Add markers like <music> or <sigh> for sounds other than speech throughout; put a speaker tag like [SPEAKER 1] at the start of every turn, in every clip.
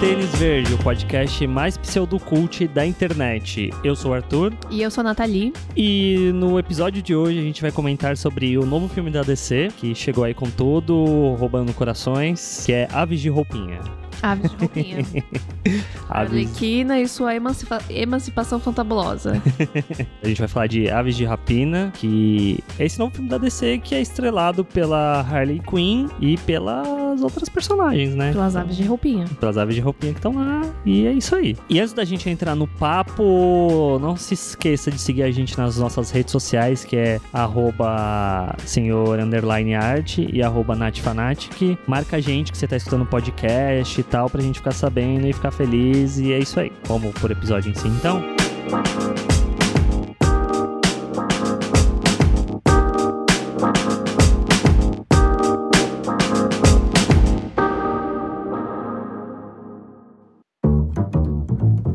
[SPEAKER 1] Tênis Verde, o podcast mais pseudocult da internet. Eu sou o Arthur
[SPEAKER 2] E eu sou a Nathalie.
[SPEAKER 1] e no episódio de hoje a gente vai comentar sobre o novo filme da DC, que chegou aí com todo, roubando corações, que é Aves de Roupinha.
[SPEAKER 2] <laughs> Aves de <laughs> roupinha.
[SPEAKER 1] Aves...
[SPEAKER 2] Arlequina e sua emancipa- emancipação fantabulosa.
[SPEAKER 1] A gente vai falar de Aves de Rapina, que é esse novo filme da DC que é estrelado pela Harley Quinn e pelas outras personagens, né?
[SPEAKER 2] <laughs> Pelas aves de roupinha.
[SPEAKER 1] pelas aves de roupinha que estão lá. E é isso aí. E antes da gente entrar no papo, não se esqueça de seguir a gente nas nossas redes sociais, que é arroba senhor underline art e arroba natfanatic. Marca a gente que você tá escutando o podcast e tal, pra gente ficar sabendo e ficar feliz. E é isso aí. Vamos por episódio em si, então?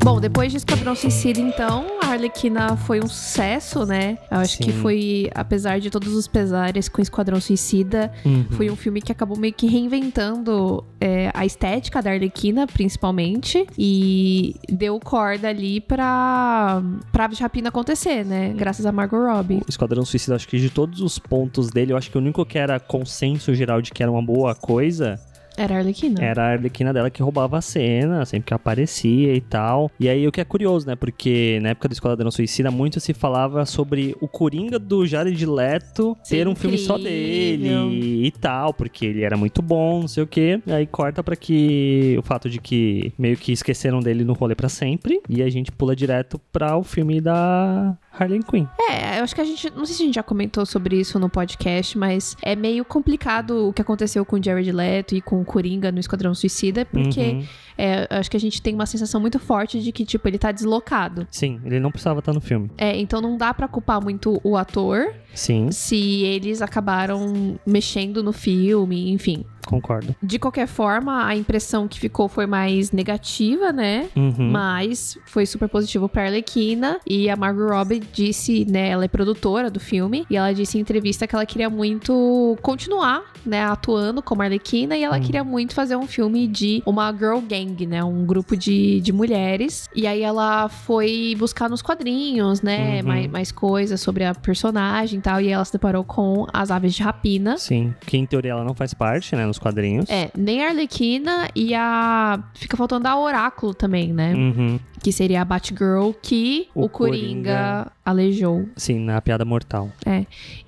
[SPEAKER 2] Bom, depois de Esquadrão Suicida, então, a Arlequina foi um sucesso, né? Eu acho
[SPEAKER 1] Sim.
[SPEAKER 2] que foi, apesar de todos os pesares com Esquadrão Suicida, foi um filme que acabou meio que reinventando é, a estética da Arlequina, principalmente. E deu corda ali pra, pra Aves de Rapina acontecer, né? Graças a Margot Robbie.
[SPEAKER 1] O Esquadrão Suicida, acho que de todos os pontos dele, eu acho que o único que era consenso geral de que era uma boa coisa
[SPEAKER 2] Era a Arlequina.
[SPEAKER 1] Era a Arlequina dela que roubava a cena, sempre que aparecia e tal. E aí o que é curioso, né? Porque na época do Esquadrão Suicida, muito se falava sobre o Coringa do Jared Leto
[SPEAKER 2] Sim,
[SPEAKER 1] ter um filme só
[SPEAKER 2] incrível.
[SPEAKER 1] dele e tal, porque ele era muito bom, não sei o quê. E aí corta pra que o fato de que meio que esqueceram dele no rolê pra sempre. E a gente pula direto pra o filme da Harley Quinn.
[SPEAKER 2] É, eu acho que a gente. Não sei se a gente já comentou sobre isso no podcast, mas é meio complicado o que aconteceu com o Jared Leto e com o Coringa no Esquadrão Suicida, porque
[SPEAKER 1] Uhum.
[SPEAKER 2] é, eu acho que a gente tem uma sensação muito forte de que, tipo, ele tá deslocado.
[SPEAKER 1] Sim, ele não precisava estar no filme.
[SPEAKER 2] É, então não dá pra culpar muito o ator
[SPEAKER 1] Sim,
[SPEAKER 2] se eles acabaram mexendo no filme, enfim.
[SPEAKER 1] concordo.
[SPEAKER 2] De qualquer forma, a impressão que ficou foi mais negativa, né?
[SPEAKER 1] Uhum.
[SPEAKER 2] Mas foi super positivo pra Arlequina. E a Margot Robbie disse, né? Ela é produtora do filme. E ela disse em entrevista que ela queria muito continuar, né? Atuando como Arlequina. E ela
[SPEAKER 1] Hum.
[SPEAKER 2] queria muito fazer um filme de uma girl gang, né? Um grupo de, de mulheres. E aí ela foi buscar nos quadrinhos, né?
[SPEAKER 1] Uhum.
[SPEAKER 2] Mais, mais coisas sobre a personagem e tal. E ela se deparou com as aves de rapina.
[SPEAKER 1] Sim, que em teoria ela não faz parte, né, nos quadrinhos.
[SPEAKER 2] É, nem a Arlequina e a. Fica faltando a Oráculo também, né?
[SPEAKER 1] Uhum.
[SPEAKER 2] Que seria a Batgirl que
[SPEAKER 1] O
[SPEAKER 2] o,
[SPEAKER 1] Coringa.
[SPEAKER 2] Coringa aleijou.
[SPEAKER 1] Sim, na piada mortal.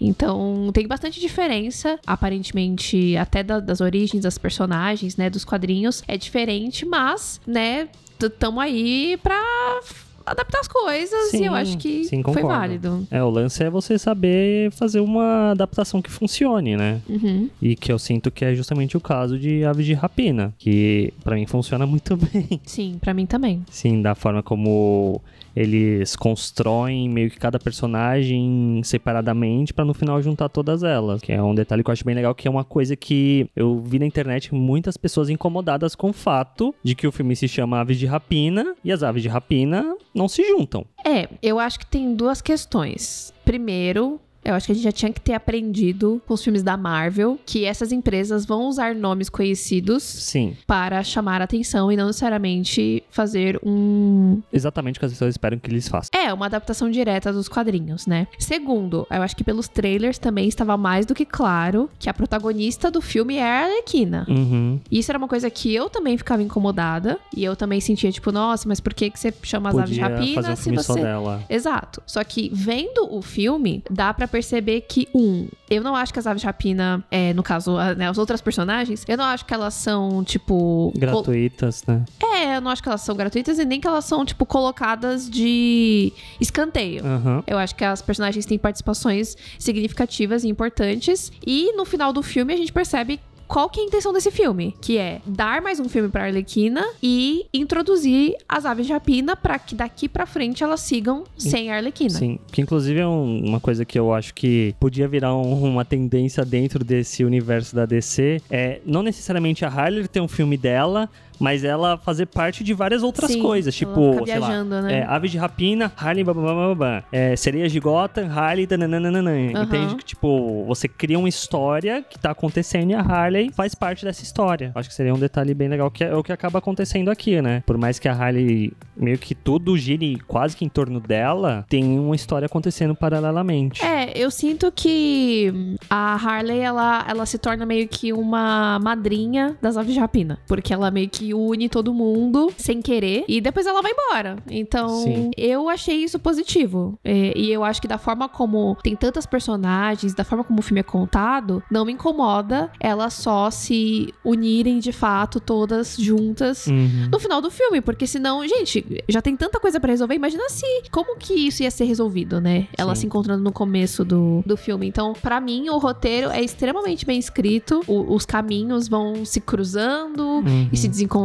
[SPEAKER 2] Então tem bastante diferença, aparentemente, até da- das origens das personagens, né? Dos quadrinhos. É diferente, mas, né? t- Tamo aí pra f- adaptar as coisas
[SPEAKER 1] Sim,
[SPEAKER 2] e eu acho que
[SPEAKER 1] sim,
[SPEAKER 2] foi
[SPEAKER 1] concordo.
[SPEAKER 2] válido.
[SPEAKER 1] É, o lance é você saber fazer uma adaptação que funcione, né? <laughs>
[SPEAKER 2] Uhum.
[SPEAKER 1] E que eu sinto que é justamente o caso de Aves de Rapina, que pra mim funciona <laughs> muito bem.
[SPEAKER 2] Sim, pra mim também.
[SPEAKER 1] Sim, da forma como eles constroem meio que cada personagem separadamente pra no final juntar todas elas, que é um detalhe que eu acho bem legal, que é uma coisa que eu vi na internet muitas pessoas incomodadas com o fato de que o filme se chama Aves de Rapina e as aves de rapina não se juntam.
[SPEAKER 2] É, eu acho que tem duas questões. Primeiro. Eu acho que a gente já tinha que ter aprendido com os filmes da Marvel que essas empresas vão usar nomes conhecidos
[SPEAKER 1] Sim.
[SPEAKER 2] para chamar a atenção e não necessariamente fazer um.
[SPEAKER 1] Exatamente o que as pessoas esperam que eles façam.
[SPEAKER 2] É, uma adaptação direta dos quadrinhos, né? Segundo, eu acho que pelos trailers também estava mais do que claro que a protagonista do filme é a Arlequina.
[SPEAKER 1] Uhum.
[SPEAKER 2] Isso era uma coisa que eu também ficava incomodada. E eu também sentia, tipo, nossa, mas por que, que você chama as aves de
[SPEAKER 1] Podia
[SPEAKER 2] rapina
[SPEAKER 1] fazer um
[SPEAKER 2] se
[SPEAKER 1] filme só
[SPEAKER 2] você.
[SPEAKER 1] dela.
[SPEAKER 2] Exato. Só que vendo o filme, dá pra perceber que, um, eu não acho que as aves de rapina, é, no caso, a- né, as outras personagens, eu não acho que elas são, tipo. col-
[SPEAKER 1] Gratuitas, né?
[SPEAKER 2] É, eu não acho que elas são gratuitas e nem que elas são, tipo, colocadas de escanteio.
[SPEAKER 1] Aham.
[SPEAKER 2] Eu acho que as personagens têm participações significativas e importantes. E no final do filme a gente percebe qual que é a intenção desse filme, que é dar mais um filme pra Arlequina e introduzir as aves de rapina pra que daqui pra frente elas sigam sem a Arlequina.
[SPEAKER 1] Sim. Que inclusive é um- uma coisa que eu acho que podia virar um- uma tendência dentro desse universo da DC. É, não necessariamente a Harley tem um filme dela, mas ela fazer parte de várias outras
[SPEAKER 2] Sim,
[SPEAKER 1] coisas,
[SPEAKER 2] ela
[SPEAKER 1] tipo,
[SPEAKER 2] fica
[SPEAKER 1] sei lá,
[SPEAKER 2] viajando, né?
[SPEAKER 1] é, Aves de Rapina, Harley, bababababá. É, Sereias de Gotham, Harley, dananananã.
[SPEAKER 2] Aham.
[SPEAKER 1] Entende que, tipo, você cria uma história que tá acontecendo e a Harley faz parte dessa história. Acho que seria um detalhe bem legal, que é o que acaba acontecendo aqui, né? Por mais que a Harley, meio que tudo gire quase que em torno dela, tem uma história acontecendo paralelamente.
[SPEAKER 2] É, eu sinto que a Harley, ela, ela se torna meio que uma madrinha das aves de rapina. Porque ela meio que une todo mundo sem querer. E depois ela vai embora. Então,
[SPEAKER 1] Sim.
[SPEAKER 2] eu achei isso positivo. É, e eu acho que da forma como tem tantas personagens, da forma como o filme é contado, não me incomoda elas só se unirem de fato todas juntas
[SPEAKER 1] Uhum.
[SPEAKER 2] no final do filme, porque senão, gente, já tem tanta coisa pra resolver. Imagina se como que isso ia ser resolvido, né? Ela
[SPEAKER 1] Sim.
[SPEAKER 2] se encontrando no começo do, do filme. Então, pra mim, o roteiro é extremamente bem escrito. O- os caminhos vão se cruzando
[SPEAKER 1] Uhum.
[SPEAKER 2] e se desencontrando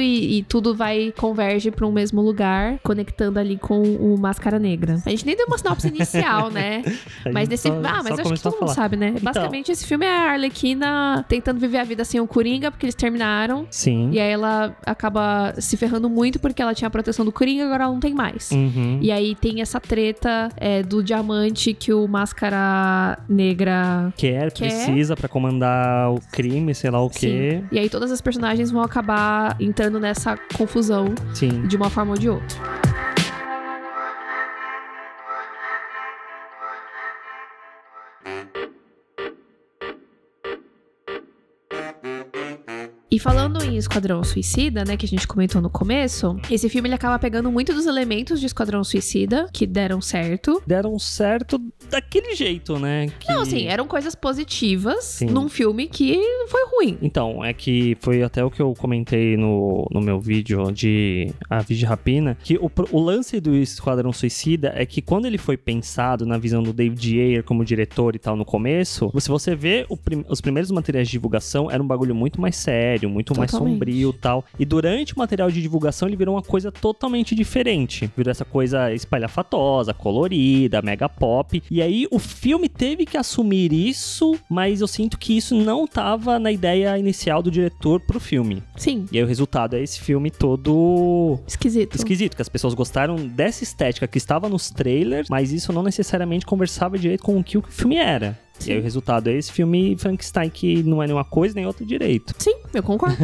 [SPEAKER 2] e, e tudo vai converge pra um mesmo lugar, conectando ali com o Máscara Negra. A gente nem deu uma
[SPEAKER 1] <laughs>
[SPEAKER 2] sinopse inicial, né?
[SPEAKER 1] A
[SPEAKER 2] Mas
[SPEAKER 1] gente
[SPEAKER 2] nesse,
[SPEAKER 1] Uhum. só-
[SPEAKER 2] ah,
[SPEAKER 1] só
[SPEAKER 2] mas eu acho que
[SPEAKER 1] começou a
[SPEAKER 2] todo mundo
[SPEAKER 1] falar. Então.
[SPEAKER 2] sabe, né? Basicamente esse filme é a Arlequina tentando viver a vida sem o Coringa porque eles terminaram.
[SPEAKER 1] Sim.
[SPEAKER 2] E aí ela acaba se ferrando muito porque ela tinha a proteção do Coringa, agora ela não tem mais.
[SPEAKER 1] Uhum.
[SPEAKER 2] E aí tem essa treta é, do diamante que o Máscara Negra
[SPEAKER 1] Quer,
[SPEAKER 2] Quer.
[SPEAKER 1] precisa pra comandar o crime, sei lá o quê.
[SPEAKER 2] Sim. E aí todas as personagens vão acabar entrando nessa confusão
[SPEAKER 1] Sim.
[SPEAKER 2] de uma forma ou de outra. E falando em Esquadrão Suicida, né, que a gente comentou no começo, esse filme ele acaba pegando muito dos elementos de Esquadrão Suicida que deram certo.
[SPEAKER 1] Deram certo daquele jeito, né? Que...
[SPEAKER 2] Não, assim, eram coisas positivas
[SPEAKER 1] Sim.
[SPEAKER 2] num filme que foi ruim.
[SPEAKER 1] Então, é que foi até o que eu comentei no, no meu vídeo de Aves de Rapina, que o, pro- o lance do Esquadrão Suicida é que quando ele foi pensado na visão do David Ayer como diretor e tal no começo, se você vê o prim- os primeiros materiais de divulgação, era um bagulho muito mais sério, muito mais
[SPEAKER 2] Totalmente.
[SPEAKER 1] sombrio e tal. E durante o material de divulgação, ele virou uma coisa totalmente diferente. Virou essa coisa espalhafatosa, colorida, mega pop. E aí o filme teve que assumir isso, mas eu sinto que isso não tava na ideia inicial do diretor pro filme.
[SPEAKER 2] Sim,
[SPEAKER 1] E aí o resultado é esse filme todo
[SPEAKER 2] esquisito.
[SPEAKER 1] esquisito, que as pessoas gostaram dessa estética que estava nos trailers, mas isso não necessariamente conversava direito com o que o filme era. E aí o resultado é esse filme Frankenstein que não é nenhuma coisa nem outra direito.
[SPEAKER 2] Sim, eu
[SPEAKER 1] <laughs>
[SPEAKER 2] concordo.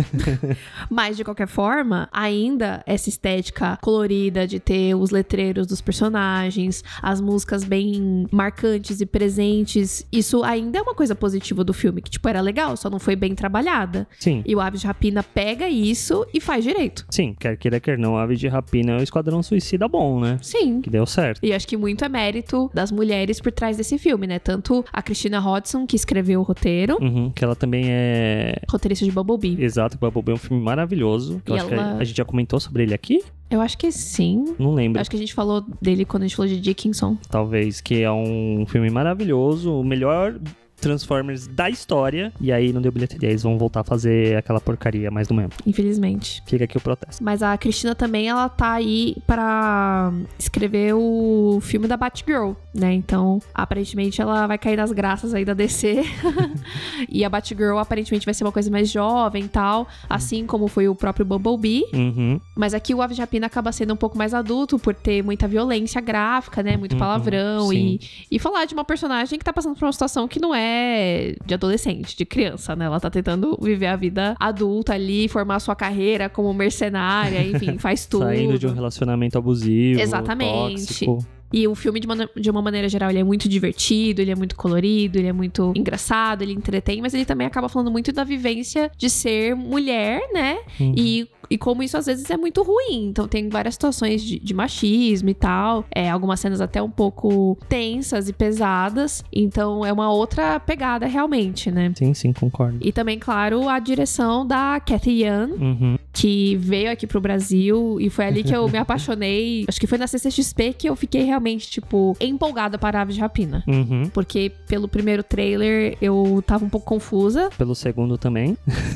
[SPEAKER 2] Mas, de qualquer forma, ainda essa estética colorida de ter os letreiros dos personagens, as músicas bem marcantes e presentes, isso ainda é uma coisa positiva do filme, que, tipo, era legal, só não foi bem trabalhada.
[SPEAKER 1] Sim.
[SPEAKER 2] E o Aves de Rapina pega isso e faz direito.
[SPEAKER 1] Sim, quer queira, quer não, Ave de Rapina é o Esquadrão Suicida bom, né?
[SPEAKER 2] Sim.
[SPEAKER 1] Que deu certo.
[SPEAKER 2] E acho que muito é mérito das mulheres por trás desse filme, né? Tanto a Christina Hodson, que escreveu o roteiro,
[SPEAKER 1] Uhum, que ela também é...
[SPEAKER 2] roteirista de Bumblebee.
[SPEAKER 1] Exato, Bumblebee é um filme maravilhoso. que eu
[SPEAKER 2] E
[SPEAKER 1] acho que a,
[SPEAKER 2] ela-
[SPEAKER 1] a gente já comentou sobre ele aqui?
[SPEAKER 2] Eu acho que sim.
[SPEAKER 1] Não lembro.
[SPEAKER 2] Acho que a gente falou dele quando a gente falou de Dickinson.
[SPEAKER 1] Talvez, que é um filme maravilhoso, o melhor... Transformers da história, e aí não deu bilheteria, eles vão voltar a fazer aquela porcaria mais do mesmo.
[SPEAKER 2] infelizmente.
[SPEAKER 1] Fica aqui o protesto.
[SPEAKER 2] Mas a Cristina também, ela tá aí pra escrever o filme da Batgirl, né? Então, aparentemente, ela vai cair nas graças aí da DC. <laughs> e a Batgirl, aparentemente, vai ser uma coisa mais jovem e tal, assim como foi o próprio Bumblebee.
[SPEAKER 1] Uhum,
[SPEAKER 2] Mas aqui o Ave de Rapina acaba sendo um pouco mais adulto, por ter muita violência gráfica, né? Muito
[SPEAKER 1] Uhum,
[SPEAKER 2] palavrão
[SPEAKER 1] sim.
[SPEAKER 2] e, e falar de uma personagem que tá passando por uma situação que não é de adolescente, de criança, né? Ela tá tentando viver a vida adulta ali, formar sua carreira como mercenária, enfim, faz
[SPEAKER 1] <laughs>
[SPEAKER 2] tudo.
[SPEAKER 1] Saindo de um relacionamento abusivo,
[SPEAKER 2] Exatamente.
[SPEAKER 1] tóxico.
[SPEAKER 2] E o filme, de uma, de uma maneira geral, ele é muito divertido, ele é muito colorido, ele é muito engraçado, ele entretém, mas ele também acaba falando muito da vivência de ser mulher, né?
[SPEAKER 1] Uhum.
[SPEAKER 2] E, e como isso às vezes é muito ruim. Então tem várias situações de, de machismo e tal. É, algumas cenas até um pouco tensas e pesadas. Então é uma outra pegada realmente, né?
[SPEAKER 1] Sim, sim, concordo.
[SPEAKER 2] E também, claro, a direção da Cathy Yan,
[SPEAKER 1] Uhum.
[SPEAKER 2] que veio aqui pro Brasil e foi ali que eu
[SPEAKER 1] <laughs>
[SPEAKER 2] me apaixonei. Acho que foi na CCXP que eu fiquei realmente, tipo, empolgada para Aves de Rapina.
[SPEAKER 1] Uhum.
[SPEAKER 2] Porque pelo primeiro trailer eu tava um pouco confusa.
[SPEAKER 1] Pelo segundo também. <laughs>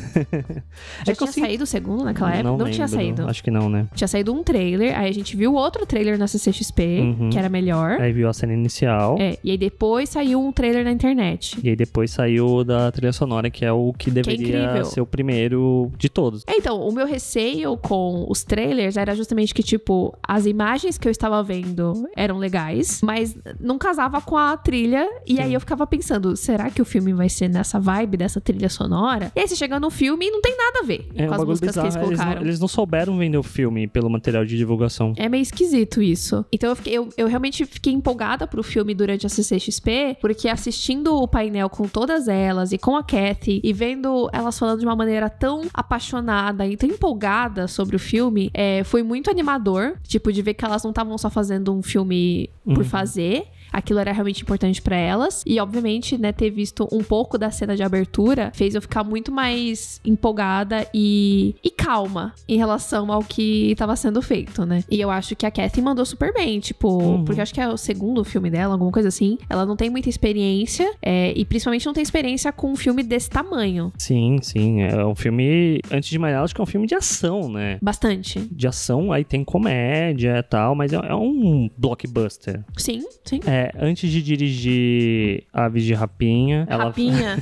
[SPEAKER 2] Já
[SPEAKER 1] É que eu
[SPEAKER 2] tinha
[SPEAKER 1] sinto-
[SPEAKER 2] saído o segundo naquela época? Não, tinha
[SPEAKER 1] lembro,
[SPEAKER 2] saído.
[SPEAKER 1] Acho que não, né?
[SPEAKER 2] Tinha saído um trailer, aí a gente viu outro trailer na CCXP,
[SPEAKER 1] Uhum.
[SPEAKER 2] que era melhor.
[SPEAKER 1] Aí viu a cena inicial.
[SPEAKER 2] É, e aí depois saiu um trailer na internet.
[SPEAKER 1] E aí depois saiu da trilha sonora, que é o que deveria
[SPEAKER 2] incrível.
[SPEAKER 1] ser o primeiro de todos.
[SPEAKER 2] É, Então, o meu receio com os trailers era justamente que, tipo, as imagens que eu estava vendo eram legais, mas não casava com a trilha. E aí eu ficava pensando, será que o filme vai ser nessa vibe dessa trilha sonora? E aí você chega no filme e não tem nada a ver
[SPEAKER 1] É um
[SPEAKER 2] com as
[SPEAKER 1] bagulho
[SPEAKER 2] músicas
[SPEAKER 1] bizarro.
[SPEAKER 2] que
[SPEAKER 1] é,
[SPEAKER 2] eles
[SPEAKER 1] Eles,
[SPEAKER 2] colocaram.
[SPEAKER 1] não, eles não souberam vender o filme pelo material de divulgação.
[SPEAKER 2] É meio esquisito isso. Então eu, fiquei- eu- eu realmente fiquei empolgada pro filme durante a CCXP, porque assistindo o painel com todas elas e com a Kathy, e vendo elas falando de uma maneira tão apaixonada e tão empolgada sobre o filme, é, foi muito animador. Tipo, de ver que elas não estavam só fazendo um filme por
[SPEAKER 1] Uhum.
[SPEAKER 2] fazer. Aquilo era realmente importante pra elas. E, obviamente, né, ter visto um pouco da cena de abertura fez eu ficar muito mais empolgada e, e calma em relação ao que tava sendo feito, né? E eu acho que a Kathy mandou super bem, tipo,
[SPEAKER 1] Uhum.
[SPEAKER 2] porque eu acho que é o segundo filme dela, alguma coisa assim. Ela não tem muita experiência, é, e principalmente não tem experiência com um filme desse tamanho.
[SPEAKER 1] Sim, sim. É um filme, antes de mais nada, acho que é um filme de ação, né?
[SPEAKER 2] Bastante.
[SPEAKER 1] De ação, aí tem comédia e tal, mas é, é um blockbuster.
[SPEAKER 2] Sim, sim.
[SPEAKER 1] É, antes de dirigir Aves de Rapinha, ela, <laughs>
[SPEAKER 2] Rapinha.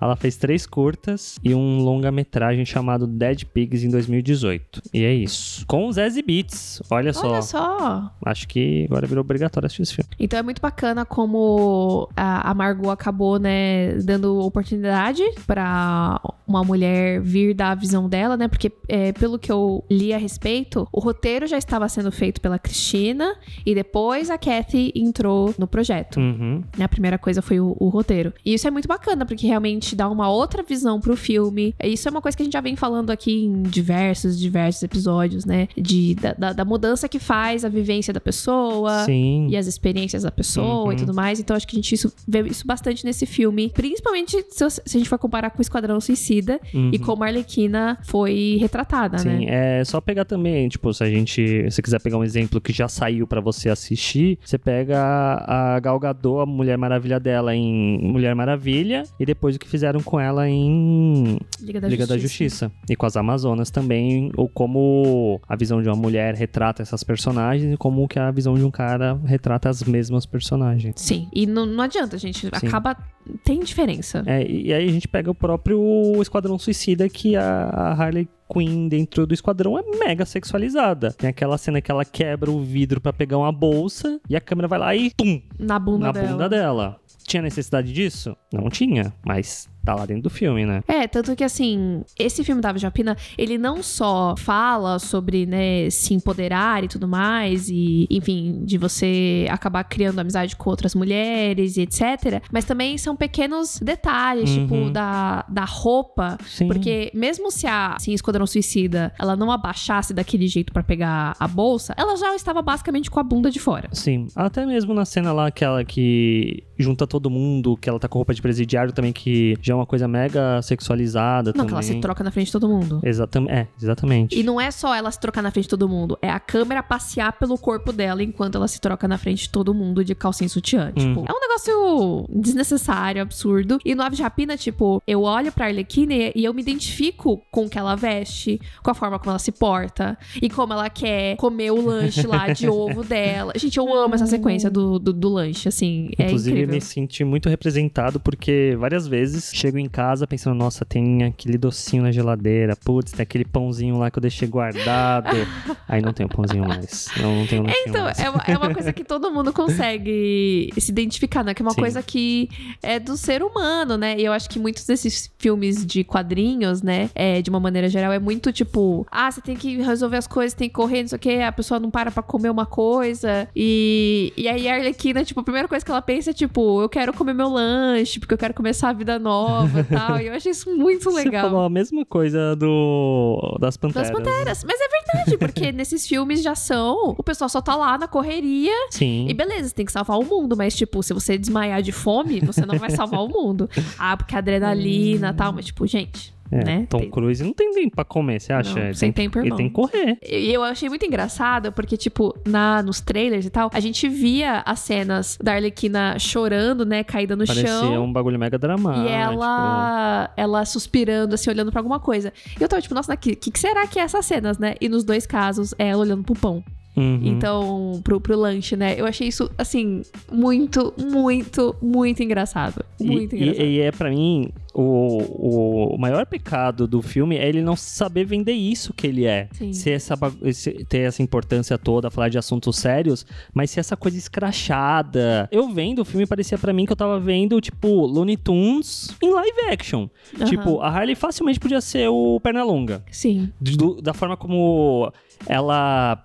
[SPEAKER 1] ela fez três curtas e um longa-metragem chamado Dead Pigs em 2018. E é isso. Com os Zezzy Beats, olha É só.
[SPEAKER 2] Olha só.
[SPEAKER 1] Acho que agora virou obrigatório assistir esse filme.
[SPEAKER 2] Então é muito bacana como a, a Margot acabou, né, dando oportunidade pra uma mulher vir dar a visão dela, né? Porque é, pelo que eu li a respeito, o roteiro já estava sendo feito pela Cristina e depois a Kathy entrou no projeto.
[SPEAKER 1] Uhum.
[SPEAKER 2] né? A primeira coisa foi o, o roteiro. E isso é muito bacana, porque realmente dá uma outra visão pro filme. Isso é uma coisa que a gente já vem falando aqui em diversos, diversos episódios, né? De, da, da- da mudança que faz a vivência da pessoa.
[SPEAKER 1] Sim.
[SPEAKER 2] Ah, E as experiências da pessoa
[SPEAKER 1] Uhum.
[SPEAKER 2] e tudo mais. Então, acho que a gente isso, vê isso bastante nesse filme. Principalmente se, eu- se a gente for comparar com o Esquadrão Suicida
[SPEAKER 1] Uhum.
[SPEAKER 2] e como a Arlequina foi retratada,
[SPEAKER 1] Sim,
[SPEAKER 2] né?
[SPEAKER 1] é só pegar também, tipo, se a gente, se quiser pegar um exemplo que já saiu pra você assistir, você pega a, a Gal Gadot, a Mulher Maravilha dela em Mulher Maravilha e depois o que fizeram com ela em
[SPEAKER 2] Liga da
[SPEAKER 1] Liga da Justiça e com as Amazonas também, ou como a visão de uma mulher retrata essas personagens e como que a visão de um cara retrata as mesmas personagens.
[SPEAKER 2] Sim. E não, não adianta, gente. Acaba. Tem diferença.
[SPEAKER 1] É, e aí a gente pega o próprio Esquadrão Suicida, que a a Harley Quinn dentro do esquadrão é mega sexualizada. Tem aquela cena que ela quebra o vidro pra pegar uma bolsa e a câmera vai lá e tum
[SPEAKER 2] Na bunda
[SPEAKER 1] na
[SPEAKER 2] dela.
[SPEAKER 1] bunda dela. Tinha necessidade disso? Não tinha, mas tá lá dentro do filme, né?
[SPEAKER 2] É, tanto que assim, esse filme da Ave Japina, ele não só fala sobre, né, se empoderar e tudo mais, e, enfim, de você acabar criando amizade com outras mulheres e etc. Mas também são pequenos detalhes,
[SPEAKER 1] Uhum.
[SPEAKER 2] tipo, da, da roupa.
[SPEAKER 1] Sim.
[SPEAKER 2] Porque mesmo se a assim, Esquadrão Suicida ela não abaixasse daquele jeito pra pegar a bolsa, ela já estava basicamente com a bunda de fora.
[SPEAKER 1] Sim, até mesmo na cena lá que ela que junta todo mundo, que ela tá com roupa de presidiário também, que já é uma coisa mega sexualizada
[SPEAKER 2] Não,
[SPEAKER 1] também.
[SPEAKER 2] que ela se troca na frente de todo mundo.
[SPEAKER 1] Exatamente, é, exatamente.
[SPEAKER 2] E não é só ela se trocar na frente de todo mundo, é a câmera passear pelo corpo dela enquanto ela se troca na frente de todo mundo de calcinha e sutiã. Tipo,
[SPEAKER 1] Uhum.
[SPEAKER 2] é um negócio desnecessário, absurdo. E no Ave de Rapina, tipo, eu olho pra Arlequina e e eu me identifico com o que ela veste, com a forma como ela se porta e como ela quer comer o lanche lá
[SPEAKER 1] <laughs>
[SPEAKER 2] de ovo dela. Gente, eu amo essa sequência do, do, do lanche, assim. É
[SPEAKER 1] Inclusive,
[SPEAKER 2] incrível.
[SPEAKER 1] me senti muito representado porque várias vezes chego em casa pensando: nossa, tem aquele docinho na geladeira, putz, tem aquele pãozinho lá que eu deixei
[SPEAKER 2] <laughs>
[SPEAKER 1] guardado. Aí não tem o pãozinho mais. Não, não tem o lanchinho
[SPEAKER 2] Então,
[SPEAKER 1] mais.
[SPEAKER 2] é uma, é uma coisa que todo mundo consegue <laughs> se identificar, né? Que é uma
[SPEAKER 1] Sim.
[SPEAKER 2] coisa que é do ser humano, né? E eu acho que muitos desses filmes de quadrinhos, né? É, de uma maneira geral, é muito tipo... Ah, você tem que resolver as coisas, tem que correr, não sei o quê. A pessoa não para pra comer uma coisa. E, e aí a Arlequina, tipo, a primeira coisa que ela pensa é tipo... Eu quero comer meu lanche, porque eu quero começar a vida nova e tal. E eu achei
[SPEAKER 1] <laughs>
[SPEAKER 2] isso muito legal.
[SPEAKER 1] Você falou a mesma coisa do das panteras.
[SPEAKER 2] Das panteras. Mas é
[SPEAKER 1] <laughs>
[SPEAKER 2] verdade, porque nesses filmes de ação, o pessoal só tá lá na correria
[SPEAKER 1] Sim.
[SPEAKER 2] e beleza, você tem que salvar o mundo, mas, tipo, se você desmaiar de fome, você
[SPEAKER 1] <laughs>
[SPEAKER 2] não vai salvar o mundo. Ah, porque adrenalina e tal, mas, tipo, gente,
[SPEAKER 1] É,
[SPEAKER 2] né?
[SPEAKER 1] Tom
[SPEAKER 2] tem-
[SPEAKER 1] Cruise não tem tempo pra comer, você acha?
[SPEAKER 2] Não,
[SPEAKER 1] Ele
[SPEAKER 2] sem
[SPEAKER 1] tem-
[SPEAKER 2] tempo,
[SPEAKER 1] Ele
[SPEAKER 2] irmão.
[SPEAKER 1] tem que correr.
[SPEAKER 2] E eu achei muito engraçado, porque, tipo, na, nos trailers e tal, a gente via as cenas da Arlequina chorando, né? Caída no
[SPEAKER 1] Parecia tipo,
[SPEAKER 2] chão.
[SPEAKER 1] um bagulho mega dramático.
[SPEAKER 2] E ela,
[SPEAKER 1] um-
[SPEAKER 2] ela suspirando, assim, olhando pra alguma coisa. E eu tava tipo, nossa, o que, que será que é essas cenas, né? E nos dois casos, é ela olhando pro pão.
[SPEAKER 1] Uhum.
[SPEAKER 2] Então, pro, pro lanche, né? Eu achei isso, assim, muito, muito, muito engraçado.
[SPEAKER 1] E-
[SPEAKER 2] Muito
[SPEAKER 1] e,
[SPEAKER 2] engraçado.
[SPEAKER 1] e é pra mim o o, o maior pecado do filme é ele não saber vender isso que ele é.
[SPEAKER 2] Sim.
[SPEAKER 1] Se essa, ba- se- ter essa importância toda, falar de assuntos sérios, mas se essa coisa escrachada. Eu vendo o filme, parecia pra mim que eu tava vendo, tipo, Looney Tunes em live action.
[SPEAKER 2] Aham.
[SPEAKER 1] Tipo, a Harley facilmente podia ser o Pernalonga.
[SPEAKER 2] Sim.
[SPEAKER 1] Do- da forma como ela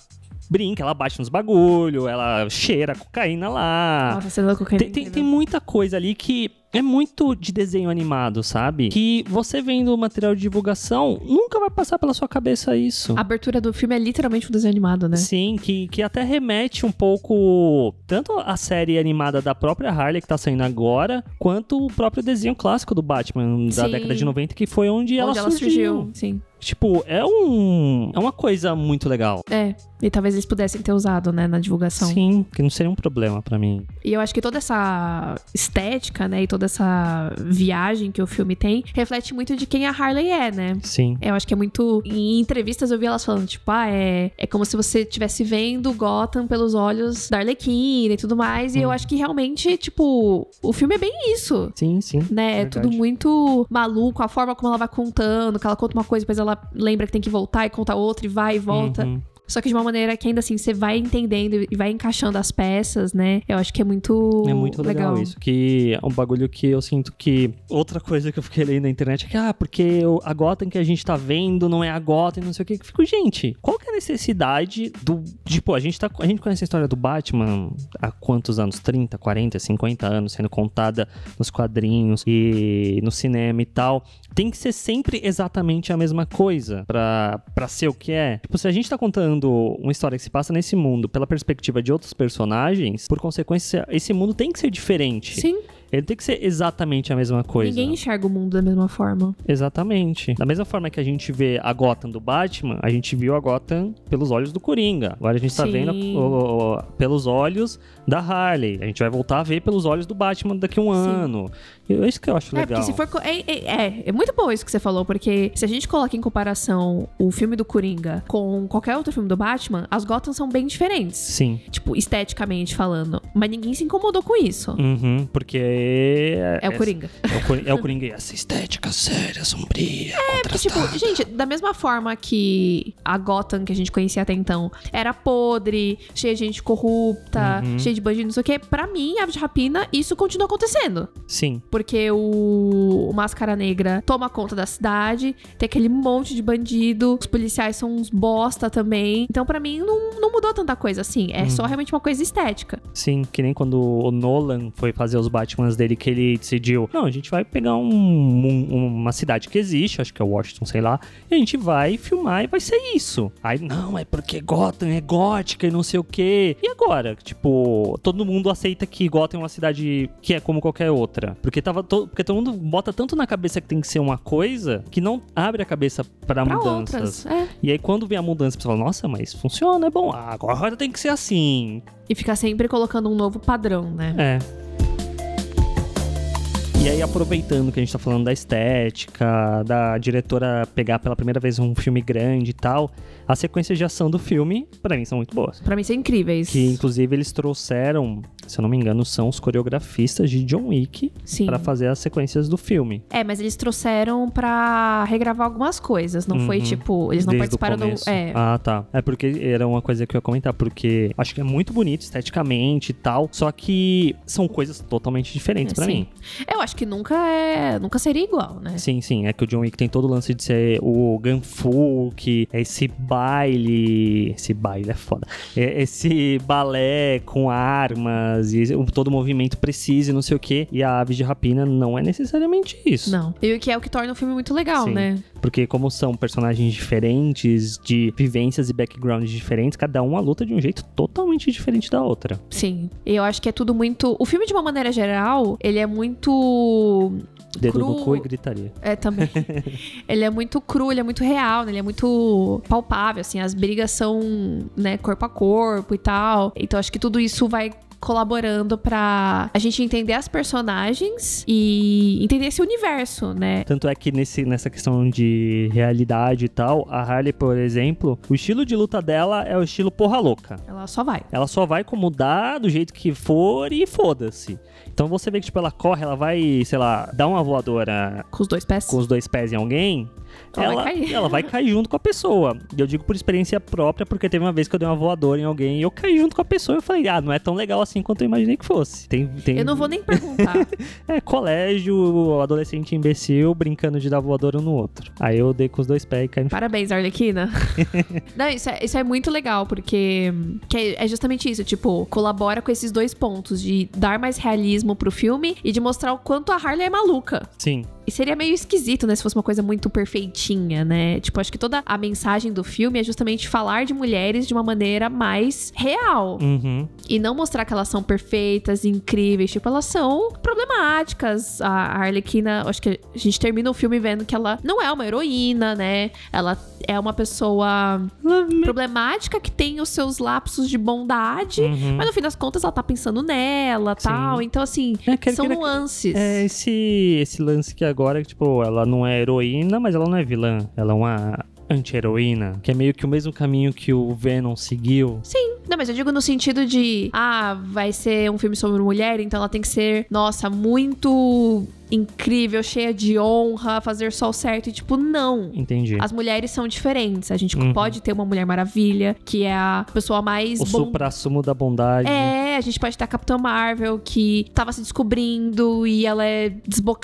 [SPEAKER 1] brinca, ela bate nos bagulho, ela cheira a cocaína lá.
[SPEAKER 2] Nossa, é a cena da cocaína.
[SPEAKER 1] ah, Tem, tem, tem muita coisa ali que é muito de desenho animado, sabe? Que você vendo o material de divulgação, nunca vai passar pela sua cabeça isso.
[SPEAKER 2] A abertura do filme é literalmente um desenho animado, né?
[SPEAKER 1] Sim, que, que até remete um pouco tanto a série animada da própria Harley que tá saindo agora, quanto o próprio desenho clássico do Batman da
[SPEAKER 2] Sim.
[SPEAKER 1] década de 90, que foi onde,
[SPEAKER 2] Onde ela surgiu. Sim.
[SPEAKER 1] Tipo, é um. É uma coisa muito legal.
[SPEAKER 2] É. E talvez eles pudessem ter usado, né, na divulgação.
[SPEAKER 1] Sim, que não seria um problema pra mim.
[SPEAKER 2] E eu acho que toda essa estética, né, e toda essa viagem que o filme tem, reflete muito de quem a Harley é, né?
[SPEAKER 1] Sim.
[SPEAKER 2] Eu acho que é muito. Em entrevistas eu vi elas falando, tipo, ah, é, é como se você estivesse vendo Gotham pelos olhos da Arlequina e tudo mais. E eu acho que realmente, tipo, o filme é bem isso.
[SPEAKER 1] Sim, sim.
[SPEAKER 2] Né, é
[SPEAKER 1] Verdade.
[SPEAKER 2] tudo muito maluco, a forma como ela vai contando, que ela conta uma coisa, depois ela lembra que tem que voltar e conta outra e vai e volta.
[SPEAKER 1] Uhum.
[SPEAKER 2] Só que de uma maneira que ainda assim você vai entendendo e vai encaixando as peças, né? Eu acho que é muito.
[SPEAKER 1] É muito legal, isso. Que é um bagulho que eu sinto que. Outra coisa que eu fiquei lendo na internet é que, ah, porque o- a Gotham que a gente tá vendo não é a Gotham, não sei o que. Fico, gente, qual que é a necessidade do. Tipo, a gente, tá, a gente conhece a história do Batman há quantos anos? 30, 40, 50 anos sendo contada nos quadrinhos e no cinema e tal. Tem que ser sempre exatamente a mesma coisa pra, pra ser o que é. Tipo, se a gente tá contando uma história que se passa nesse mundo pela perspectiva de outros personagens, por consequência, esse mundo tem que ser diferente.
[SPEAKER 2] Sim,
[SPEAKER 1] Ele tem que ser exatamente a mesma coisa.
[SPEAKER 2] ninguém enxerga o mundo da mesma forma.
[SPEAKER 1] Exatamente. Da mesma forma que a gente vê a Gotham do Batman, a gente viu a Gotham pelos olhos do Coringa. Agora a gente tá
[SPEAKER 2] Sim.
[SPEAKER 1] vendo o- o- pelos olhos da Harley. A gente vai voltar a ver pelos olhos do Batman daqui a um
[SPEAKER 2] Sim.
[SPEAKER 1] ano. E É isso que eu acho
[SPEAKER 2] É,
[SPEAKER 1] legal.
[SPEAKER 2] porque se for. co- É, é, é, é muito bom isso que você falou, porque se a gente coloca em comparação o filme do Coringa com qualquer outro filme do Batman, as Gotham são bem diferentes.
[SPEAKER 1] Sim.
[SPEAKER 2] Tipo, esteticamente falando. Mas ninguém se incomodou com isso.
[SPEAKER 1] Uhum, porque é,
[SPEAKER 2] É o Coringa.
[SPEAKER 1] É o, Cori- é o Coringa. E Essa estética séria, sombria, é,
[SPEAKER 2] Porque, tipo, gente, da mesma forma que a Gotham que a gente conhecia até então era podre, cheia de gente corrupta, cheia de bandido, não sei o quê, pra mim, Ave de Rapina, isso continua acontecendo.
[SPEAKER 1] Sim.
[SPEAKER 2] Porque o, o Máscara Negra toma conta da cidade, tem aquele monte de bandido, os policiais são uns bosta também. Então, pra mim, não, não mudou tanta coisa assim. É
[SPEAKER 1] Uhum.
[SPEAKER 2] só realmente uma coisa estética.
[SPEAKER 1] Sim, que nem quando o Nolan foi fazer os Batmans dele, que ele decidiu: não, a gente vai pegar um- um- uma cidade que existe, acho que é Washington, sei lá, e a gente vai filmar e vai ser isso. Aí, não, é porque Gotham é gótica e não sei o quê. E agora? Tipo, todo mundo aceita que Gotham é uma cidade que é como qualquer outra. Porque, tava to- porque todo mundo bota tanto na cabeça que tem que ser uma coisa que não abre a cabeça para
[SPEAKER 2] Pra
[SPEAKER 1] mudanças.
[SPEAKER 2] outras. É.
[SPEAKER 1] E aí, quando vem a mudança, você fala, nossa, mas funciona, é bom. Ah, agora tem que ser assim.
[SPEAKER 2] E fica sempre colocando um novo padrão, né?
[SPEAKER 1] É. E aí, aproveitando que a gente tá falando da estética, da diretora pegar pela primeira vez um filme grande e tal, as sequências de ação do filme, pra mim, são muito boas.
[SPEAKER 2] Pra mim, são incríveis.
[SPEAKER 1] Que, inclusive, eles trouxeram, se eu não me engano, são os coreografistas de John Wick
[SPEAKER 2] Sim.
[SPEAKER 1] pra fazer as sequências do filme.
[SPEAKER 2] É, mas eles trouxeram pra regravar algumas coisas. Não foi
[SPEAKER 1] Uhum.
[SPEAKER 2] tipo. Eles não
[SPEAKER 1] Desde o
[SPEAKER 2] participaram do.
[SPEAKER 1] começo.
[SPEAKER 2] É.
[SPEAKER 1] Ah, tá. É porque era uma coisa que eu ia comentar, porque acho que é muito bonito esteticamente e tal, só que são coisas totalmente diferentes pra
[SPEAKER 2] É, Sim.
[SPEAKER 1] mim.
[SPEAKER 2] Eu acho que nunca é. Nunca seria igual, né?
[SPEAKER 1] Sim, sim. É que o John Wick tem todo o lance de ser o Ganfu, que é esse baile. Esse baile é foda. É esse balé com armas e esse- todo movimento preciso e não sei o quê. E a ave de rapina não é necessariamente isso.
[SPEAKER 2] Não. E o que é o que torna o filme muito legal,
[SPEAKER 1] Sim.
[SPEAKER 2] né?
[SPEAKER 1] Porque como são personagens diferentes, de vivências e backgrounds diferentes, cada uma luta de um jeito totalmente diferente da outra.
[SPEAKER 2] Sim. E eu acho que é tudo muito. O filme, de uma maneira geral, ele é muito.
[SPEAKER 1] Dedo
[SPEAKER 2] Cru-
[SPEAKER 1] no cu e gritaria.
[SPEAKER 2] É,
[SPEAKER 1] <laughs>
[SPEAKER 2] também. ele é muito cru, ele é muito real, né? Ele é muito palpável, assim. As brigas são, né, corpo a corpo e tal. Então, acho que tudo isso vai colaborando pra a gente entender as personagens e entender esse universo, né?
[SPEAKER 1] Tanto é que nesse, nessa questão de de realidade e tal, a Harley, por exemplo, o estilo de luta dela é o estilo porra louca.
[SPEAKER 2] Ela só vai.
[SPEAKER 1] Ela só vai como dá, do jeito que for e foda-se. Então você vê que, tipo, ela corre, ela vai, sei lá, dar uma voadora
[SPEAKER 2] Com os dois pés.
[SPEAKER 1] com os dois pés em alguém,
[SPEAKER 2] Ela
[SPEAKER 1] ela,
[SPEAKER 2] vai cair.
[SPEAKER 1] ela vai cair junto com a pessoa. E eu digo por experiência própria, porque teve uma vez que eu dei uma voadora em alguém e eu caí junto com a pessoa e eu falei, ah, não é tão legal assim quanto eu imaginei que fosse. Tem, tem...
[SPEAKER 2] Eu não vou nem perguntar.
[SPEAKER 1] É, colégio, adolescente imbecil brincando de dar voadora um no outro. Aí eu dei com os dois pés e caí no
[SPEAKER 2] Parabéns, Arlequina. Não, isso é, isso é muito legal, porque que é- é justamente isso, tipo, colabora com esses dois pontos, de dar mais realismo pro filme e de mostrar o quanto a Harley é maluca.
[SPEAKER 1] Sim.
[SPEAKER 2] E seria meio esquisito, né, se fosse uma coisa muito perfeitinha, né? Tipo, acho que toda a mensagem do filme é justamente falar de mulheres de uma maneira mais real.
[SPEAKER 1] Uhum.
[SPEAKER 2] E não mostrar que elas são perfeitas, incríveis. Tipo, elas são problemáticas. A a Arlequina, acho que a gente termina o filme vendo que ela não é uma heroína, né? Ela é uma pessoa problemática que tem os seus lapsos de bondade.
[SPEAKER 1] Uhum.
[SPEAKER 2] Mas no fim das contas, ela tá pensando nela
[SPEAKER 1] Sim.
[SPEAKER 2] tal. Então, assim,
[SPEAKER 1] É, aquele-
[SPEAKER 2] são
[SPEAKER 1] aquele-
[SPEAKER 2] nuances.
[SPEAKER 1] É esse, esse lance que agora, tipo, ela não é heroína, mas ela não é vilã. Ela é uma anti-heroína, que é meio que o mesmo caminho que o Venom seguiu.
[SPEAKER 2] Sim, não, mas eu digo no sentido de, ah, vai ser um filme sobre mulher, então ela tem que ser, nossa, muito incrível, cheia de honra, fazer só o certo. E tipo, não.
[SPEAKER 1] Entendi.
[SPEAKER 2] As mulheres são diferentes. A gente
[SPEAKER 1] Uhum.
[SPEAKER 2] pode ter uma Mulher Maravilha, que é a pessoa mais
[SPEAKER 1] O
[SPEAKER 2] bom-
[SPEAKER 1] supra-sumo da bondade.
[SPEAKER 2] É, a gente pode ter a Capitã Marvel, que tava se descobrindo e ela é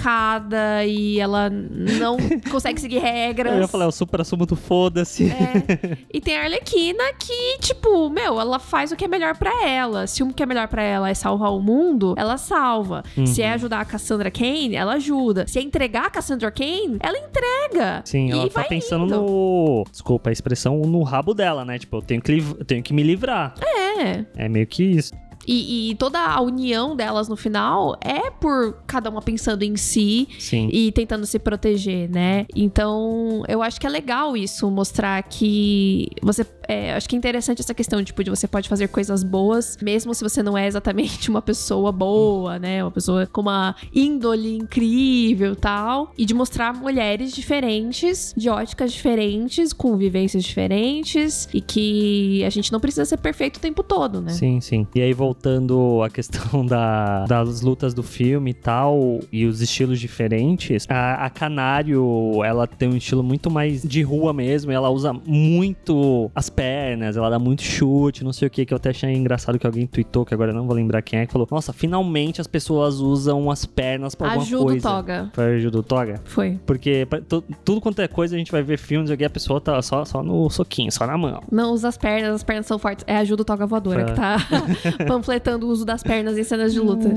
[SPEAKER 2] desbocada e
[SPEAKER 1] <laughs>
[SPEAKER 2] ela não consegue seguir regras.
[SPEAKER 1] Eu ia falar, é o supra-sumo do foda-se.
[SPEAKER 2] É. E tem a Arlequina que, tipo, meu, ela faz o que é melhor pra ela. Se o que é melhor pra ela é salvar o mundo, ela salva. Se
[SPEAKER 1] Uhum.
[SPEAKER 2] é ajudar a Cassandra Kane, ela ajuda. Se é entregar a Cassandra Kane, ela entrega.
[SPEAKER 1] <laughs> Sim,
[SPEAKER 2] E
[SPEAKER 1] ela tá
[SPEAKER 2] vai
[SPEAKER 1] pensando
[SPEAKER 2] indo.
[SPEAKER 1] no. Desculpa a expressão, no rabo dela, né? Tipo, eu tenho que, liv- eu tenho que me livrar.
[SPEAKER 2] É.
[SPEAKER 1] É meio que isso.
[SPEAKER 2] E, e toda a união delas no final é por cada uma pensando em si
[SPEAKER 1] Sim.
[SPEAKER 2] e tentando se proteger, né? Então, eu acho que é legal isso, mostrar que você. é, acho que é interessante essa questão, tipo, de você pode fazer coisas boas, mesmo se você não é exatamente <laughs> uma pessoa boa, né? Uma pessoa com uma índole incrível tal. E de mostrar mulheres diferentes, de óticas diferentes, com vivências diferentes, e que a gente não precisa ser perfeito o tempo todo, né?
[SPEAKER 1] Sim, sim. E aí, voltando à questão <laughs> da- das lutas do filme e tal, e os estilos diferentes, a, a Canário, ela tem um estilo muito mais de rua mesmo, e ela usa muito as pernas, ela dá muito chute, não sei o que, que eu até achei engraçado que alguém tweetou, que agora eu não vou lembrar quem é, que falou, nossa, finalmente as pessoas usam as pernas pra alguma
[SPEAKER 2] Ajuda o
[SPEAKER 1] coisa.
[SPEAKER 2] Toga.
[SPEAKER 1] Foi ajuda o Toga?
[SPEAKER 2] Foi.
[SPEAKER 1] Porque pra- tu- tudo quanto é coisa a gente vai ver filmes aqui, a pessoa tá só, só no soquinho, só na mão.
[SPEAKER 2] Não usa as pernas, as pernas são fortes. É a ajuda toga voadora que tá <laughs> panfletando o uso das pernas em cenas de luta.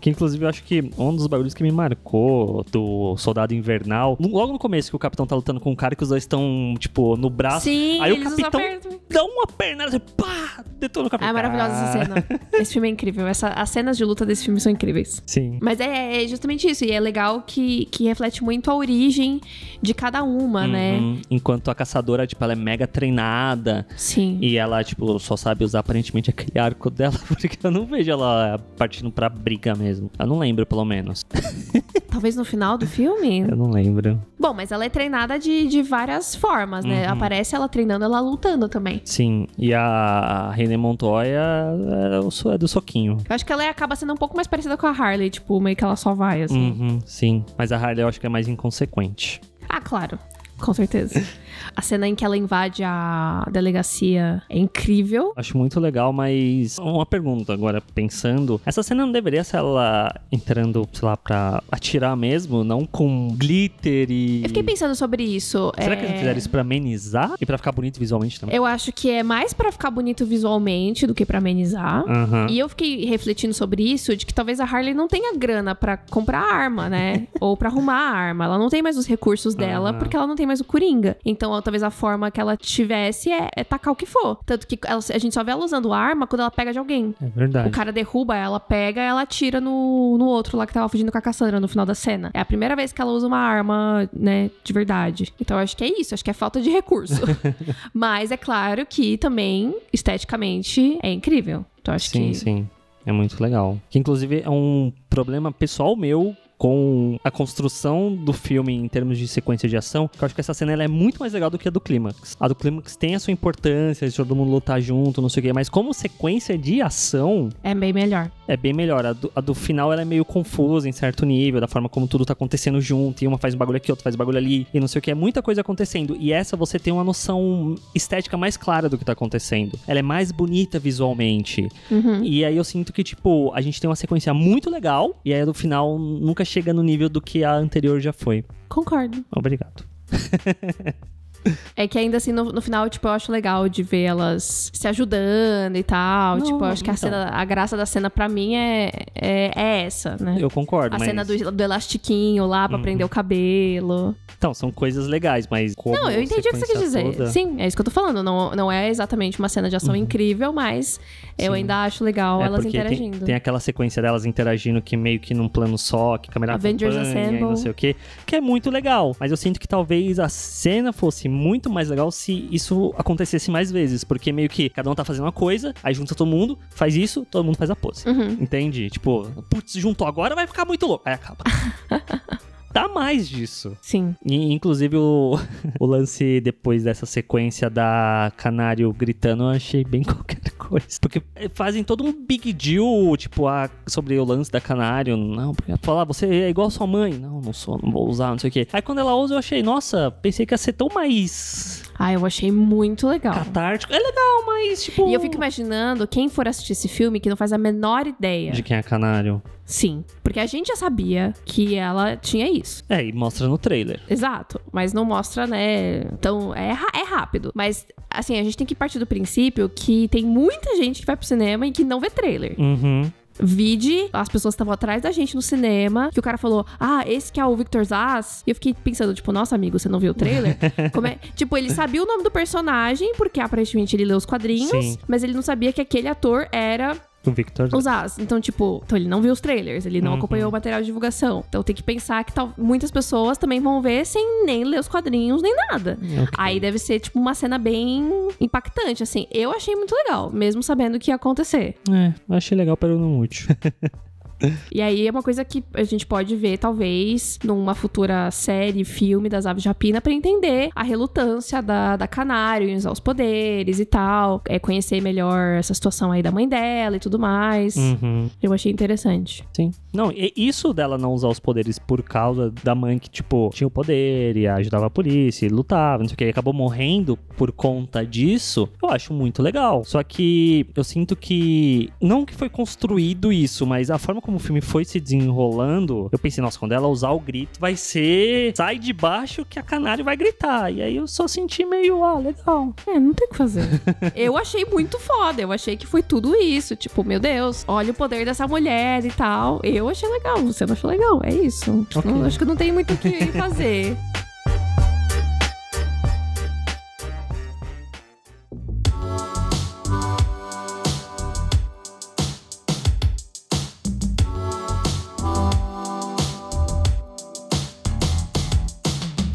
[SPEAKER 1] Que inclusive eu acho que um dos bagulhos que me marcou do Soldado Invernal, no- logo no começo que o capitão tá lutando com um cara que os dois estão, tipo, no braço.
[SPEAKER 2] Sim,
[SPEAKER 1] Aí o
[SPEAKER 2] eles usam a
[SPEAKER 1] capitão- Tá
[SPEAKER 2] perna também.
[SPEAKER 1] Dá uma perna, assim, pá, detona o capitão.
[SPEAKER 2] Ah, é maravilhosa essa
[SPEAKER 1] Ah,
[SPEAKER 2] cena. <laughs> Esse filme é incrível. Essa- as cenas de luta desse filme são incríveis.
[SPEAKER 1] Sim.
[SPEAKER 2] Mas é, é justamente isso. E é legal que, que reflete muito a origem de cada uma, né?
[SPEAKER 1] Uhum. Enquanto a caçadora, tipo, ela é mega treinada
[SPEAKER 2] Sim.
[SPEAKER 1] e ela, tipo, só sabe usar aparentemente aquele arco dela, <laughs> porque eu não vejo ela partindo pra briga mesmo. Eu não lembro, pelo menos.
[SPEAKER 2] Talvez no final do filme.
[SPEAKER 1] Eu não lembro.
[SPEAKER 2] Bom, mas ela é treinada de, de várias formas, né?
[SPEAKER 1] Uhum.
[SPEAKER 2] Aparece ela treinando, ela lutando também.
[SPEAKER 1] Sim, e a René Montoya é, o so- é do soquinho.
[SPEAKER 2] Eu acho que ela acaba sendo um pouco mais parecida com a Harley, tipo, meio que ela só vai, assim.
[SPEAKER 1] Uhum, sim, mas a Harley eu acho que é mais inconsequente.
[SPEAKER 2] Ah, claro. Com certeza. A cena em que ela invade a delegacia é incrível.
[SPEAKER 1] Acho muito legal, mas uma pergunta agora, pensando. Essa cena não deveria ser ela entrando, sei lá, pra atirar mesmo, não com glitter e.
[SPEAKER 2] Eu fiquei pensando sobre isso.
[SPEAKER 1] Será
[SPEAKER 2] é,
[SPEAKER 1] que eles fizeram isso pra amenizar e pra ficar bonito visualmente também?
[SPEAKER 2] Eu acho que é mais pra ficar bonito visualmente do que pra amenizar.
[SPEAKER 1] Aham.
[SPEAKER 2] E eu fiquei refletindo sobre isso, de que talvez a Harley não tenha grana pra comprar arma,
[SPEAKER 1] <laughs>
[SPEAKER 2] né? Ou pra arrumar a arma. Ela não tem mais os recursos dela,
[SPEAKER 1] Aham.
[SPEAKER 2] porque ela não tem mais o Coringa. Então, talvez a forma que ela tivesse é, é tacar o que for. Tanto que ela- a gente só vê ela usando arma quando ela pega de alguém.
[SPEAKER 1] É
[SPEAKER 2] O
[SPEAKER 1] verdade.
[SPEAKER 2] cara derruba, ela pega, ela atira no, no outro lá que tava fugindo com a Cassandra no final da cena. É a primeira vez que ela usa uma arma, né, de verdade. Então eu acho que é isso, acho que é falta
[SPEAKER 1] <laughs>
[SPEAKER 2] de recurso. Mas é claro que também, esteticamente, é incrível. Então acho
[SPEAKER 1] Sim,
[SPEAKER 2] que.
[SPEAKER 1] sim. É muito legal. Que inclusive é um problema pessoal meu com a construção do filme em termos de sequência de ação, que eu acho que essa cena ela é muito mais legal do que a do clímax. A do clímax tem a sua importância, de todo mundo lutar junto, não sei o quê, mas como sequência de ação,
[SPEAKER 2] É bem melhor.
[SPEAKER 1] é bem melhor. A do, a do final ela é meio confusa em certo nível, da forma como tudo tá acontecendo junto, e uma faz um bagulho aqui, outra faz um bagulho ali, e não sei o que, é muita coisa acontecendo. E essa você tem uma noção estética mais clara do que tá acontecendo. Ela é mais bonita visualmente.
[SPEAKER 2] Uhum.
[SPEAKER 1] E aí eu sinto que, tipo, a gente tem uma sequência muito legal, e aí a do final nunca chega no nível do que a anterior já foi.
[SPEAKER 2] Concordo.
[SPEAKER 1] Obrigado.
[SPEAKER 2] É que ainda assim, no, no final, tipo, eu acho legal de ver elas se ajudando e tal.
[SPEAKER 1] Não,
[SPEAKER 2] tipo, eu acho que a,
[SPEAKER 1] então.
[SPEAKER 2] cena, a graça da cena pra mim é, é, é essa, né?
[SPEAKER 1] Eu concordo,
[SPEAKER 2] a
[SPEAKER 1] mas...
[SPEAKER 2] cena do, do elastiquinho lá pra
[SPEAKER 1] Uhum.
[SPEAKER 2] prender o cabelo.
[SPEAKER 1] Então, são coisas legais, mas como
[SPEAKER 2] Não, eu entendi o que você quis
[SPEAKER 1] sequência
[SPEAKER 2] dizer.
[SPEAKER 1] toda- Uhum.
[SPEAKER 2] Sim, é isso que eu tô falando. Não, não é exatamente uma cena de ação incrível, mas eu
[SPEAKER 1] Sim.
[SPEAKER 2] ainda acho legal
[SPEAKER 1] É,
[SPEAKER 2] elas
[SPEAKER 1] porque tem-
[SPEAKER 2] interagindo.
[SPEAKER 1] Tem, aquela sequência delas interagindo que meio que num plano só, que a câmera
[SPEAKER 2] Avengers
[SPEAKER 1] acompanha e não
[SPEAKER 2] Assemble.
[SPEAKER 1] sei o que, que é muito legal. Mas eu sinto que talvez a cena fosse muito mais legal se isso acontecesse mais vezes, porque meio que cada um tá fazendo uma coisa, aí junta todo mundo, faz isso, todo mundo faz a pose.
[SPEAKER 2] Uhum.
[SPEAKER 1] Entende? Tipo, putz, juntou agora, vai ficar muito louco. Aí
[SPEAKER 2] <laughs>
[SPEAKER 1] acaba. Dá mais disso.
[SPEAKER 2] Sim.
[SPEAKER 1] E, inclusive, o, <laughs> o lance depois dessa sequência da Canário gritando, eu achei bem <laughs> qualquer coisa. Porque fazem todo um big deal, tipo, a, sobre o lance da Canário. Não, porque ela fala, "Ah, você é igual sua mãe. Não, não sou, não vou usar, não sei o quê. Aí quando ela usa, eu achei, nossa, pensei que ia ser tão mais
[SPEAKER 2] Ah, eu achei muito legal.
[SPEAKER 1] catártico. É legal, mas, tipo...
[SPEAKER 2] Ah. E eu fico imaginando quem for assistir esse filme que não faz a menor ideia.
[SPEAKER 1] De quem é a Canário.
[SPEAKER 2] Sim. Porque a gente já sabia que ela tinha isso.
[SPEAKER 1] É, e mostra no trailer.
[SPEAKER 2] Exato. Mas não mostra, né? Então, é, ra- é rápido. Mas, assim, a gente tem que partir do princípio que tem muita gente que vai pro cinema e que não vê trailer.
[SPEAKER 1] Uhum.
[SPEAKER 2] Vide, as pessoas estavam atrás da gente no cinema, que o cara falou, ah, esse que é o Victor Zaz. E eu fiquei pensando, tipo, nossa, amigo, você não viu o
[SPEAKER 1] <laughs>
[SPEAKER 2] trailer? Como é? Tipo, ele sabia o nome do personagem, porque aparentemente ele leu os quadrinhos,
[SPEAKER 1] Sim.
[SPEAKER 2] mas ele não sabia que aquele ator era
[SPEAKER 1] O Victor...
[SPEAKER 2] o Zaz. Então, tipo, então ele não viu os trailers, ele não
[SPEAKER 1] Uhum.
[SPEAKER 2] acompanhou o material de divulgação. Então tem que pensar que tal, muitas pessoas também vão ver sem nem ler os quadrinhos, nem nada.
[SPEAKER 1] Ok.
[SPEAKER 2] Aí deve ser, tipo, uma cena bem impactante, assim. Eu achei muito legal, mesmo sabendo o que ia acontecer.
[SPEAKER 1] É, eu achei legal, pero não <laughs> útil.
[SPEAKER 2] E aí é uma coisa que a gente pode ver, talvez, numa futura série, filme das aves de rapina, pra entender a relutância da, da canário em usar os poderes e tal. É conhecer melhor essa situação aí da mãe dela e tudo mais.
[SPEAKER 1] uhum.
[SPEAKER 2] Eu achei interessante.
[SPEAKER 1] Sim. Não, e isso dela não usar os poderes por causa da mãe que, tipo, tinha o poder e ajudava a polícia e lutava, não sei o que, e acabou morrendo por conta disso, eu acho muito legal. Só que eu sinto que, não que foi construído isso, mas a forma como o filme foi se desenrolando, eu pensei, nossa, quando ela usar o grito, vai ser sai de baixo que a canário vai gritar. E aí eu só senti meio, ah, legal.
[SPEAKER 2] É, não tem o que fazer. <laughs> eu achei muito foda. Eu achei que foi tudo isso. Tipo, meu Deus, olha o poder dessa mulher e tal. Eu achei legal. Você não achou legal? É isso.
[SPEAKER 1] Ok.
[SPEAKER 2] Não- acho que não tem muito o que
[SPEAKER 1] <laughs>
[SPEAKER 2] fazer.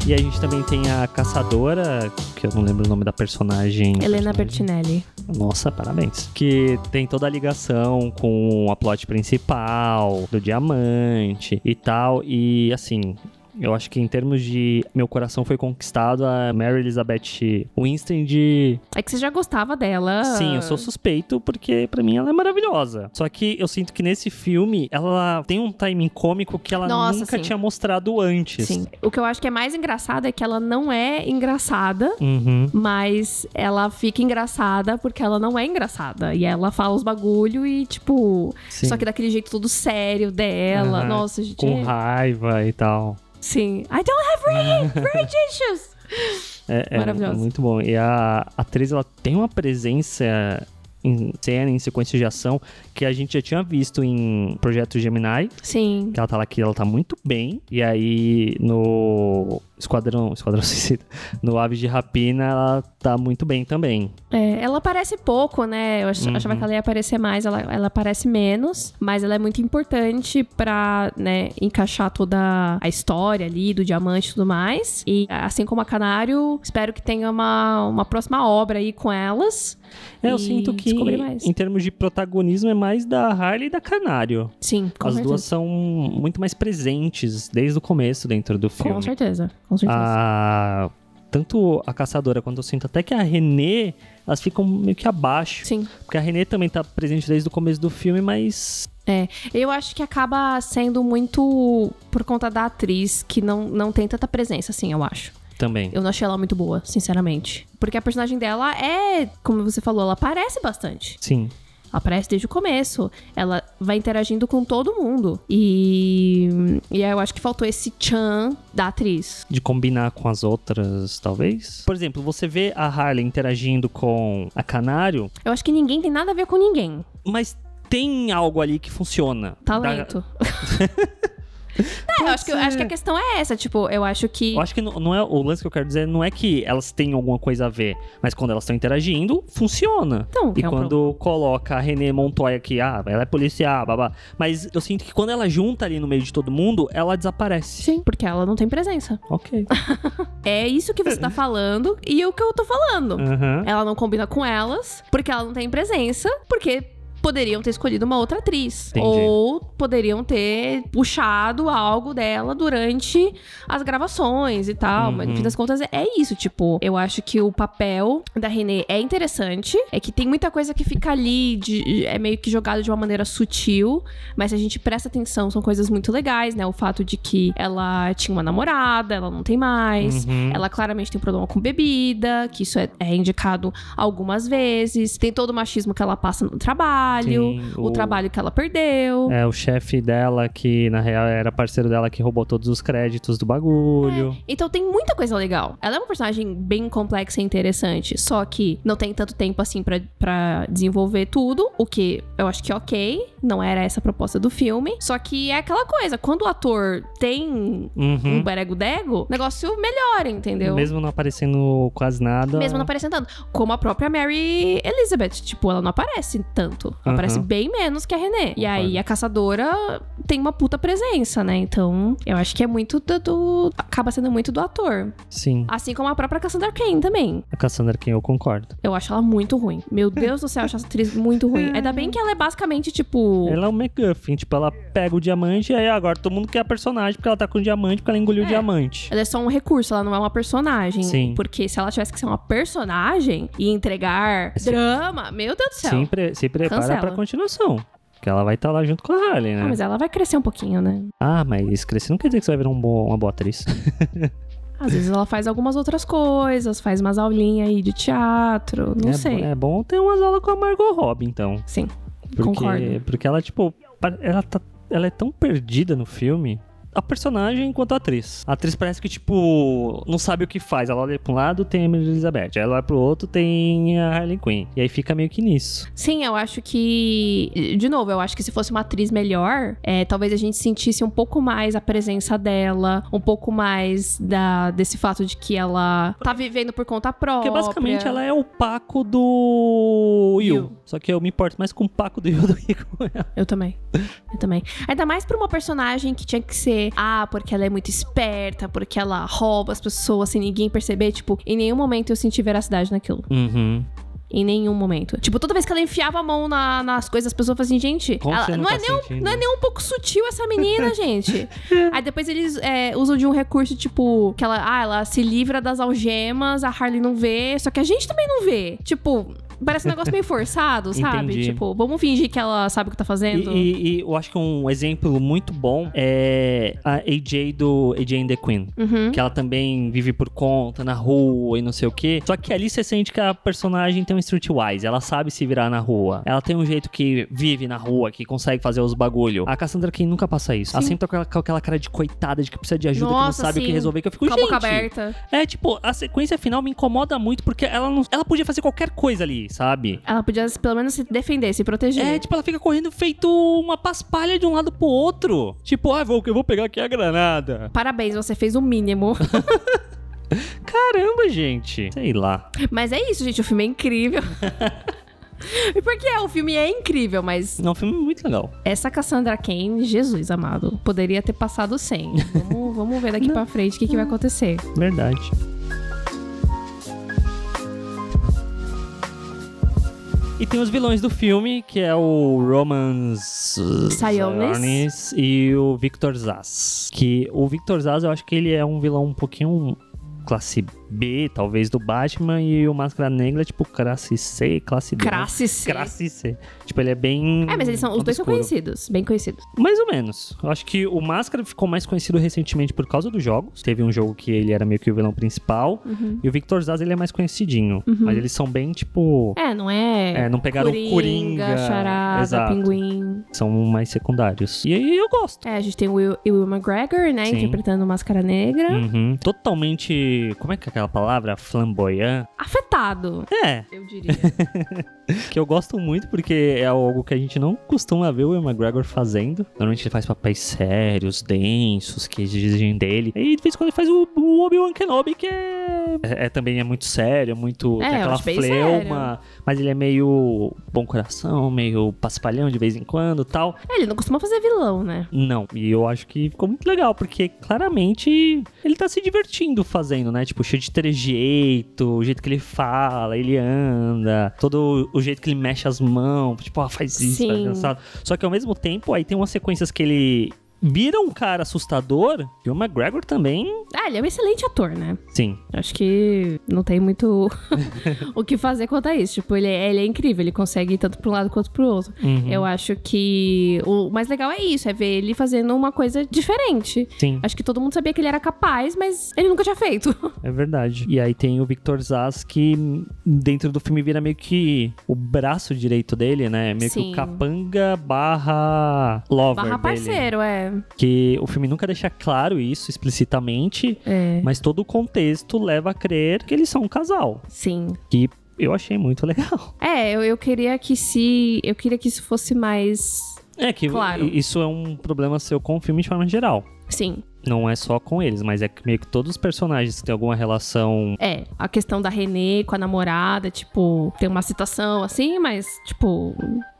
[SPEAKER 1] E a gente também tem a caçadora, que eu não lembro o nome da personagem.
[SPEAKER 2] Helena
[SPEAKER 1] Personagem.
[SPEAKER 2] Bertinelli.
[SPEAKER 1] Nossa, parabéns. Que tem toda a ligação com a plot principal, do diamante e tal. E assim. Eu acho que em termos de meu coração foi conquistado a Mary Elizabeth Winston de
[SPEAKER 2] É que você já gostava dela.
[SPEAKER 1] Sim, eu sou suspeito porque pra mim ela é maravilhosa. Só que eu sinto que nesse filme ela tem um timing cômico que ela
[SPEAKER 2] Nossa,
[SPEAKER 1] nunca
[SPEAKER 2] sim.
[SPEAKER 1] tinha mostrado antes.
[SPEAKER 2] Sim. O que eu acho que é mais engraçado é que ela não é engraçada,
[SPEAKER 1] Uhum.
[SPEAKER 2] mas ela fica engraçada porque ela não é engraçada. E ela fala os bagulho e, tipo.
[SPEAKER 1] Sim.
[SPEAKER 2] Só que daquele jeito todo sério dela.
[SPEAKER 1] Aham.
[SPEAKER 2] Nossa, gente.
[SPEAKER 1] com
[SPEAKER 2] é-
[SPEAKER 1] raiva e tal.
[SPEAKER 2] Sim. I don't have
[SPEAKER 1] <laughs>
[SPEAKER 2] rage, rage issues.
[SPEAKER 1] É, é
[SPEAKER 2] Maravilhosa.
[SPEAKER 1] muito bom. E a atriz, ela tem uma presença em cena, em sequência de ação, que a gente já tinha visto em Projeto Gemini,
[SPEAKER 2] Sim.
[SPEAKER 1] que ela tá lá que ela tá muito bem. E aí, no Esquadrão, Esquadrão <laughs> Suicida, no Aves de Rapina, ela tá muito bem também.
[SPEAKER 2] É, ela aparece pouco, né? Eu ach-
[SPEAKER 1] Uhum.
[SPEAKER 2] achava que ela ia aparecer mais, ela, ela aparece menos, mas ela é muito importante pra, né, encaixar toda a história ali do diamante e tudo mais. E assim como a Canário, espero que tenha uma, uma próxima obra aí com elas.
[SPEAKER 1] É, eu
[SPEAKER 2] E
[SPEAKER 1] sinto que
[SPEAKER 2] descobrir mais.
[SPEAKER 1] em termos de protagonismo é mais da Harley e da Canário.
[SPEAKER 2] Sim, com
[SPEAKER 1] As
[SPEAKER 2] certeza.
[SPEAKER 1] duas são muito mais presentes desde o começo dentro do filme.
[SPEAKER 2] Com certeza, com certeza.
[SPEAKER 1] Ah. A- tanto a caçadora quanto eu sinto até que a René, elas ficam meio que abaixo.
[SPEAKER 2] Sim.
[SPEAKER 1] Porque a René também tá presente desde o começo do filme, mas
[SPEAKER 2] É, eu acho que acaba sendo muito por conta da atriz que não, não tem tanta presença, assim, eu acho.
[SPEAKER 1] também.
[SPEAKER 2] Eu não achei ela muito boa, sinceramente. Porque a personagem dela é, como você falou, ela aparece bastante.
[SPEAKER 1] Sim.
[SPEAKER 2] Ela aparece desde o começo. Ela vai interagindo com todo mundo. E, e aí eu acho que faltou esse tchan da atriz.
[SPEAKER 1] De combinar com as outras, talvez. Por exemplo, você vê a Harley interagindo com a Canário,
[SPEAKER 2] Eu acho que ninguém tem nada a ver com ninguém.
[SPEAKER 1] mas tem algo ali que funciona.
[SPEAKER 2] Talento. <laughs> Não, eu acho que, eu acho que a questão é essa. Tipo, eu acho que.
[SPEAKER 1] Eu acho que não, não é o lance que eu quero dizer não é que elas têm alguma coisa a ver, mas quando elas estão interagindo, funciona.
[SPEAKER 2] Então,
[SPEAKER 1] e
[SPEAKER 2] é um
[SPEAKER 1] quando coloca a René Montoya aqui, ah, ela é policial, babá. Mas eu sinto que quando ela junta ali no meio de todo mundo, ela desaparece.
[SPEAKER 2] Sim, porque ela não tem presença.
[SPEAKER 1] Ok.
[SPEAKER 2] É isso
[SPEAKER 1] <laughs>
[SPEAKER 2] que você tá falando e é o que eu tô falando.
[SPEAKER 1] Aham.
[SPEAKER 2] Ela não combina com elas, porque ela não tem presença, porque poderiam ter escolhido uma outra atriz.
[SPEAKER 1] Entendi.
[SPEAKER 2] Ou poderiam ter puxado algo dela durante as gravações e tal. Mas no
[SPEAKER 1] Uhum.
[SPEAKER 2] fim das contas é isso. Tipo, eu acho que o papel da Renée é interessante. É que tem muita coisa que fica ali, de- é meio que jogado de uma maneira sutil. Mas se a gente presta atenção, são coisas muito legais, né? O fato de que ela tinha uma namorada, ela não tem mais.
[SPEAKER 1] Uhum.
[SPEAKER 2] É Ela claramente tem problema com bebida, que isso é, é indicado algumas vezes. Tem todo o machismo que ela passa no trabalho,
[SPEAKER 1] Sim,
[SPEAKER 2] o, trabalho que ela perdeu.
[SPEAKER 1] É, o chefe dela, que na real era parceiro dela, que roubou todos os créditos do bagulho.
[SPEAKER 2] Então tem muita coisa legal. Ela é uma personagem bem complexa e interessante, só que não tem tanto tempo assim pra- pra desenvolver tudo, o que eu acho que é ok, não era essa a proposta do filme. Só que é aquela coisa, quando o ator tem
[SPEAKER 1] Uhum.
[SPEAKER 2] um berego-dego, o negócio melhora, entendeu?
[SPEAKER 1] Mesmo não aparecendo quase nada.
[SPEAKER 2] Mesmo não aparecendo tanto. Como a própria Mary Elizabeth. Tipo, ela não aparece tanto.
[SPEAKER 1] Aham.
[SPEAKER 2] Ela aparece bem menos que a René. E aí a caçadora tem uma puta presença, né? Então, eu acho que é muito do. do- acaba sendo muito do ator.
[SPEAKER 1] Sim.
[SPEAKER 2] Assim como a própria Cassandra Cain também.
[SPEAKER 1] A Cassandra quem eu concordo.
[SPEAKER 2] Eu acho ela muito ruim. Meu Deus do céu, eu acho essa atriz muito ruim. Ainda bem que ela é basicamente, tipo.
[SPEAKER 1] Ela é um McGuffin, tipo, ela pega o diamante e aí agora todo mundo quer a personagem porque ela tá com o diamante, porque ela engoliu
[SPEAKER 2] É.
[SPEAKER 1] o diamante.
[SPEAKER 2] Ela é só um recurso, ela não é uma personagem.
[SPEAKER 1] Sim.
[SPEAKER 2] Porque se ela tivesse que ser uma personagem e entregar
[SPEAKER 1] Sim.
[SPEAKER 2] drama, meu Deus do céu.
[SPEAKER 1] Se, pre- se prepara
[SPEAKER 2] Cancela.
[SPEAKER 1] é pra continuação. Que ela vai estar lá junto com a Harley, né?
[SPEAKER 2] Ah, mas ela vai crescer um pouquinho, né?
[SPEAKER 1] Ah, mas crescer não quer dizer que você vai virar um bo- uma boa atriz.
[SPEAKER 2] Às vezes ela faz algumas outras coisas, faz umas aulinhas aí de teatro, não
[SPEAKER 1] é,
[SPEAKER 2] sei.
[SPEAKER 1] bo- é bom ter umas aulas com a Margot Robbie, então.
[SPEAKER 2] Sim,
[SPEAKER 1] Porque,
[SPEAKER 2] concordo.
[SPEAKER 1] Porque ela, tipo, pa- ela, tá, ela é tão perdida no filme. A personagem enquanto a atriz. A atriz parece que, tipo, não sabe o que faz. Ela olha pra um lado, tem a Emily Elizabeth. Aí Ela olha pro outro, tem a Harley Quinn. E aí fica meio que nisso.
[SPEAKER 2] Sim, eu acho que. De novo, eu acho que se fosse uma atriz melhor, é, talvez a gente sentisse um pouco mais a presença dela, um pouco mais da, desse fato de que ela tá vivendo por conta
[SPEAKER 1] Porque
[SPEAKER 2] própria.
[SPEAKER 1] basicamente ela é o Paco do Yu.
[SPEAKER 2] Yu.
[SPEAKER 1] Só que eu me importo mais com o Paco do Yu do que com ela.
[SPEAKER 2] Eu também. Eu também. Ainda mais pra uma personagem que tinha que ser, ah, porque ela é muito esperta, porque ela rouba as pessoas sem ninguém perceber. Tipo, em nenhum momento eu senti veracidade naquilo.
[SPEAKER 1] Uhum.
[SPEAKER 2] Em nenhum momento. Tipo, toda vez que ela enfiava a mão na- nas coisas, as pessoas falam assim, gente,
[SPEAKER 1] Como
[SPEAKER 2] ela-
[SPEAKER 1] você
[SPEAKER 2] não,
[SPEAKER 1] não
[SPEAKER 2] é
[SPEAKER 1] tá
[SPEAKER 2] nem um,
[SPEAKER 1] sentindo
[SPEAKER 2] não é nem um pouco sutil
[SPEAKER 1] <laughs>
[SPEAKER 2] essa menina, gente. Aí depois eles é, usam de um recurso, tipo, que ela, ah, ela se livra das algemas, a Harley não vê, só que a gente também não vê. Tipo, parece um negócio
[SPEAKER 1] <laughs>
[SPEAKER 2] meio forçado, sabe?
[SPEAKER 1] Entendi.
[SPEAKER 2] Tipo, vamos fingir que ela sabe o que tá
[SPEAKER 1] E,
[SPEAKER 2] fazendo.
[SPEAKER 1] e- e eu acho que um exemplo muito bom é a AJ do AJ and the Queen.
[SPEAKER 2] Uhum.
[SPEAKER 1] Que ela também vive por conta, na rua e não sei o quê. Só que ali você sente que a personagem tem um streetwise. Ela sabe se virar na rua. Ela tem um jeito que vive na rua, que consegue fazer os bagulho. A Cassandra Cain nunca passa isso. Ela
[SPEAKER 2] Sim.
[SPEAKER 1] sempre tá com aquela, com aquela cara de coitada, de que precisa de ajuda, que não
[SPEAKER 2] Nossa,
[SPEAKER 1] sabe o
[SPEAKER 2] sim.
[SPEAKER 1] que resolver. Que eu fico,
[SPEAKER 2] Com a boca
[SPEAKER 1] gente...
[SPEAKER 2] aberta.
[SPEAKER 1] É, tipo, a sequência final me incomoda muito porque ela não. Ela podia fazer qualquer coisa ali, sabe?
[SPEAKER 2] Ela podia pelo menos se defender, se proteger.
[SPEAKER 1] É, tipo, ela fica correndo feito uma paspalha de um lado pro outro. Tipo, ah, vou, eu vou pegar aqui a granada.
[SPEAKER 2] Parabéns, você fez o mínimo.
[SPEAKER 1] Caramba, gente. Sei lá.
[SPEAKER 2] Mas é isso, gente. O filme é incrível. <laughs> E por que é? O filme é incrível, mas
[SPEAKER 1] Não, o filme é muito legal.
[SPEAKER 2] essa Cassandra Cain, Jesus amado, poderia ter passado sem. Vamos, vamos ver daqui pra frente o que, que vai acontecer.
[SPEAKER 1] Verdade. E tem os vilões do filme, que é o Roman
[SPEAKER 2] Sionis.
[SPEAKER 1] Sionis e o Victor Zaz. Que o Victor Zaz, eu acho que ele é um vilão um pouquinho classe B, talvez, do Batman, e o Máscara Negra é tipo classe C, classe D. né?
[SPEAKER 2] Crasse C.
[SPEAKER 1] Classe C. Tipo, ele é bem.
[SPEAKER 2] É, mas eles são. Os dois são
[SPEAKER 1] obscuro.
[SPEAKER 2] conhecidos, bem conhecidos.
[SPEAKER 1] Mais ou menos. Eu acho que o Máscara ficou mais conhecido recentemente por causa dos jogos. Teve um jogo que ele era meio que o vilão principal.
[SPEAKER 2] Uhum.
[SPEAKER 1] E o Victor Zaz, ele é mais conhecidinho. Mas eles são bem, tipo...
[SPEAKER 2] É, não é.
[SPEAKER 1] É, não pegaram o Coringa.
[SPEAKER 2] Charada,
[SPEAKER 1] Exato.
[SPEAKER 2] Pinguim.
[SPEAKER 1] São mais secundários. E aí eu gosto.
[SPEAKER 2] É, a gente tem o Will, o Will McGregor, né?
[SPEAKER 1] Sim.
[SPEAKER 2] Interpretando o Máscara Negra.
[SPEAKER 1] Uhum. Totalmente... Como é que é aquela palavra? Flamboyant?
[SPEAKER 2] Afetado,
[SPEAKER 1] É, <laughs>
[SPEAKER 2] eu diria.
[SPEAKER 1] que eu gosto muito porque é algo que a gente não costuma ver o Will McGregor fazendo. Normalmente ele faz papéis sérios, densos, que exigem dele. E de vez em quando ele faz o, o Obi-Wan Kenobi, que é, é- é também é muito sério, é muito.
[SPEAKER 2] É,
[SPEAKER 1] tem
[SPEAKER 2] eu
[SPEAKER 1] aquela
[SPEAKER 2] acho bem
[SPEAKER 1] fleuma. Mas ele é meio bom coração, meio paspalhão de vez em quando tal.
[SPEAKER 2] é, ele não costuma fazer vilão, né?
[SPEAKER 1] Não, e eu acho que ficou muito legal, porque claramente ele tá se divertindo fazendo, né? Tipo, cheio de trejeito, o jeito que ele fala, ele anda, todo o jeito que ele mexe as mãos, tipo, ah, faz isso, faz
[SPEAKER 2] Sim.
[SPEAKER 1] engraçado. Só que ao mesmo tempo, aí tem umas sequências que ele vira um cara assustador, e o McGregor também,
[SPEAKER 2] Ah, ele é um excelente ator, né?
[SPEAKER 1] sim.
[SPEAKER 2] Acho que não
[SPEAKER 1] <laughs>
[SPEAKER 2] tem muito o que fazer quanto a isso. Tipo, ele é, ele é incrível, ele consegue ir tanto pra um lado quanto pro outro.
[SPEAKER 1] Uhum,
[SPEAKER 2] Eu acho que o mais legal é isso, é ver ele fazendo uma coisa diferente.
[SPEAKER 1] Sim,
[SPEAKER 2] Acho que todo mundo sabia que ele era capaz, mas ele nunca
[SPEAKER 1] <laughs>
[SPEAKER 2] tinha feito.
[SPEAKER 1] é verdade. E aí tem o Victor Zaz que dentro do filme vira meio que o braço direito dele, né? Meio que
[SPEAKER 2] Sim.
[SPEAKER 1] o capanga barra lover
[SPEAKER 2] Barra
[SPEAKER 1] dele.
[SPEAKER 2] parceiro, é.
[SPEAKER 1] que o filme nunca deixa claro isso explicitamente,
[SPEAKER 2] É.
[SPEAKER 1] mas todo o contexto leva a crer que eles são um casal,
[SPEAKER 2] Sim.
[SPEAKER 1] que eu achei muito legal.
[SPEAKER 2] É, eu, eu queria que se. Eu queria que isso fosse mais.
[SPEAKER 1] É que
[SPEAKER 2] Claro.
[SPEAKER 1] isso é um problema seu com o filme de forma geral.
[SPEAKER 2] Sim.
[SPEAKER 1] Não é só com eles, mas é que meio que todos os personagens que têm alguma relação.
[SPEAKER 2] É. A questão da Renê com a namorada, tipo, tem uma citação assim, mas, tipo.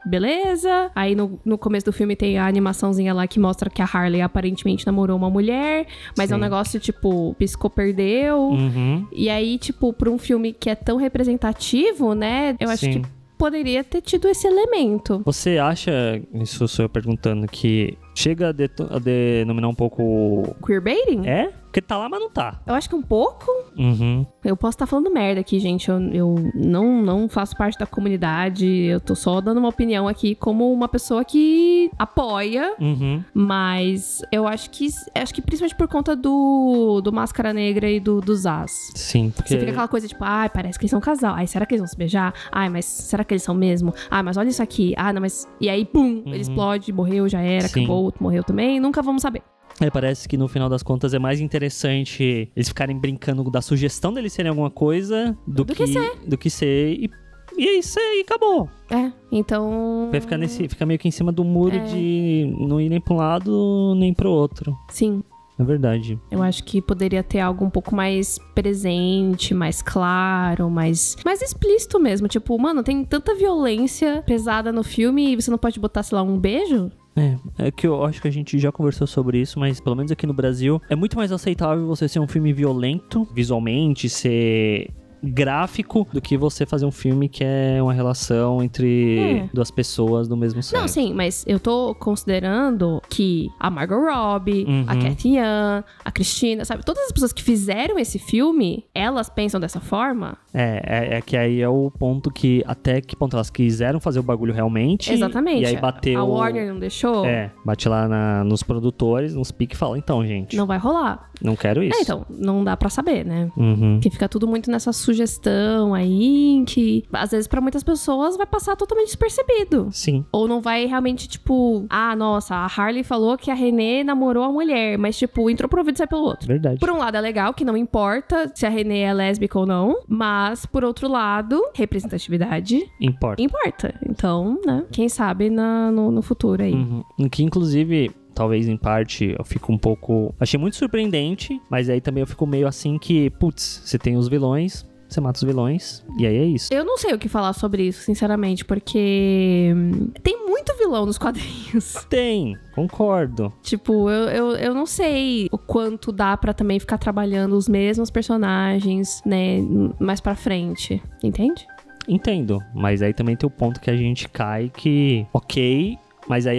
[SPEAKER 2] Beleza. Aí no, no começo do filme tem a animaçãozinha lá que mostra que a Harley aparentemente namorou uma mulher, mas é um
[SPEAKER 1] Sim.
[SPEAKER 2] negócio tipo, piscou, perdeu.
[SPEAKER 1] Uhum.
[SPEAKER 2] E aí, tipo, pra um filme que é tão representativo, né? Eu acho
[SPEAKER 1] Sim.
[SPEAKER 2] que poderia ter tido esse elemento.
[SPEAKER 1] Você acha, isso sou eu perguntando, que chega a, deto- a denominar um
[SPEAKER 2] Hum?
[SPEAKER 1] pouco.
[SPEAKER 2] Queerbaiting?
[SPEAKER 1] É? Porque tá lá, mas não tá.
[SPEAKER 2] Eu acho que um pouco.
[SPEAKER 1] Uhum.
[SPEAKER 2] Eu posso estar falando merda aqui, gente. Eu, eu não, não faço parte da comunidade. Eu tô só dando uma opinião aqui como uma pessoa que apoia.
[SPEAKER 1] Uhum.
[SPEAKER 2] Mas eu acho que. Acho que principalmente por conta do, do Máscara Negra e do, do Zaz.
[SPEAKER 1] Sim, porque.
[SPEAKER 2] Você fica aquela coisa tipo, ai, parece que eles são um casal. Ai, será que eles vão se beijar? Ai, mas será que eles são mesmo? Ai, mas olha isso aqui. Ah, não, mas. E aí, pum,
[SPEAKER 1] Uhum.
[SPEAKER 2] ele explode, morreu, já era,
[SPEAKER 1] Sim.
[SPEAKER 2] acabou, outro morreu também. Nunca vamos saber.
[SPEAKER 1] É, parece que no final das contas é mais interessante eles ficarem brincando da sugestão deles serem alguma coisa do,
[SPEAKER 2] Do que
[SPEAKER 1] ser. Do que ser e. E é isso aí, acabou.
[SPEAKER 2] É, então.
[SPEAKER 1] Vai ficar nesse, fica meio que em cima do muro de não ir nem pra um lado nem pro outro.
[SPEAKER 2] Sim.
[SPEAKER 1] É verdade.
[SPEAKER 2] Eu acho que poderia ter algo um pouco mais presente, mais claro, mais, mais explícito mesmo. Tipo, mano, tem tanta violência pesada no filme e você não pode botar, sei lá, um beijo?
[SPEAKER 1] É, é que eu acho que a gente já conversou sobre isso, mas pelo menos aqui no Brasil é muito mais aceitável você ser um filme violento visualmente, ser gráfico, do que você fazer um filme que é uma relação entre
[SPEAKER 2] É.
[SPEAKER 1] duas pessoas do mesmo sexo.
[SPEAKER 2] Não, sim, mas eu tô considerando que a Margot Robbie,
[SPEAKER 1] Uhum.
[SPEAKER 2] a Cathy Ann, a Cristina, sabe? Todas as pessoas que fizeram esse filme, elas pensam dessa forma?
[SPEAKER 1] É, é, é que aí é o ponto que até que ponto elas quiseram fazer o bagulho realmente.
[SPEAKER 2] Exatamente.
[SPEAKER 1] E aí bateu.
[SPEAKER 2] A Warner não deixou?
[SPEAKER 1] É, bate lá na- nos produtores, nos piques e fala, então, gente, não,
[SPEAKER 2] Não vai rolar.
[SPEAKER 1] quero isso.
[SPEAKER 2] É, então, não dá pra saber, né?
[SPEAKER 1] Uhum.
[SPEAKER 2] Que fica tudo muito nessa sugestão aí, que às vezes pra muitas pessoas vai passar totalmente despercebido.
[SPEAKER 1] Sim.
[SPEAKER 2] Ou não vai realmente, tipo, ah, nossa, a Harley falou que a Renê namorou a mulher, mas, tipo, entrou pro ouvido e sai pelo outro.
[SPEAKER 1] Verdade.
[SPEAKER 2] Por um lado é legal, que não importa se a Renê é lésbica ou não, mas, por outro lado, representatividade
[SPEAKER 1] Importa.
[SPEAKER 2] importa. Então, né, quem sabe na- no, no futuro aí.
[SPEAKER 1] Uhum. O Que inclusive, talvez em parte, eu fico um pouco. Achei muito surpreendente, mas aí também eu fico meio assim que, putz, você tem os vilões, você mata os vilões, e aí é isso.
[SPEAKER 2] Eu não sei o que falar sobre isso, sinceramente, porque hum, tem muito vilão nos quadrinhos.
[SPEAKER 1] Tem, concordo.
[SPEAKER 2] Tipo, eu, eu, eu não sei o quanto dá pra também ficar trabalhando os mesmos personagens, né, mais pra frente. Entende?
[SPEAKER 1] Entendo, mas aí também tem o ponto que a gente cai que, ok, mas aí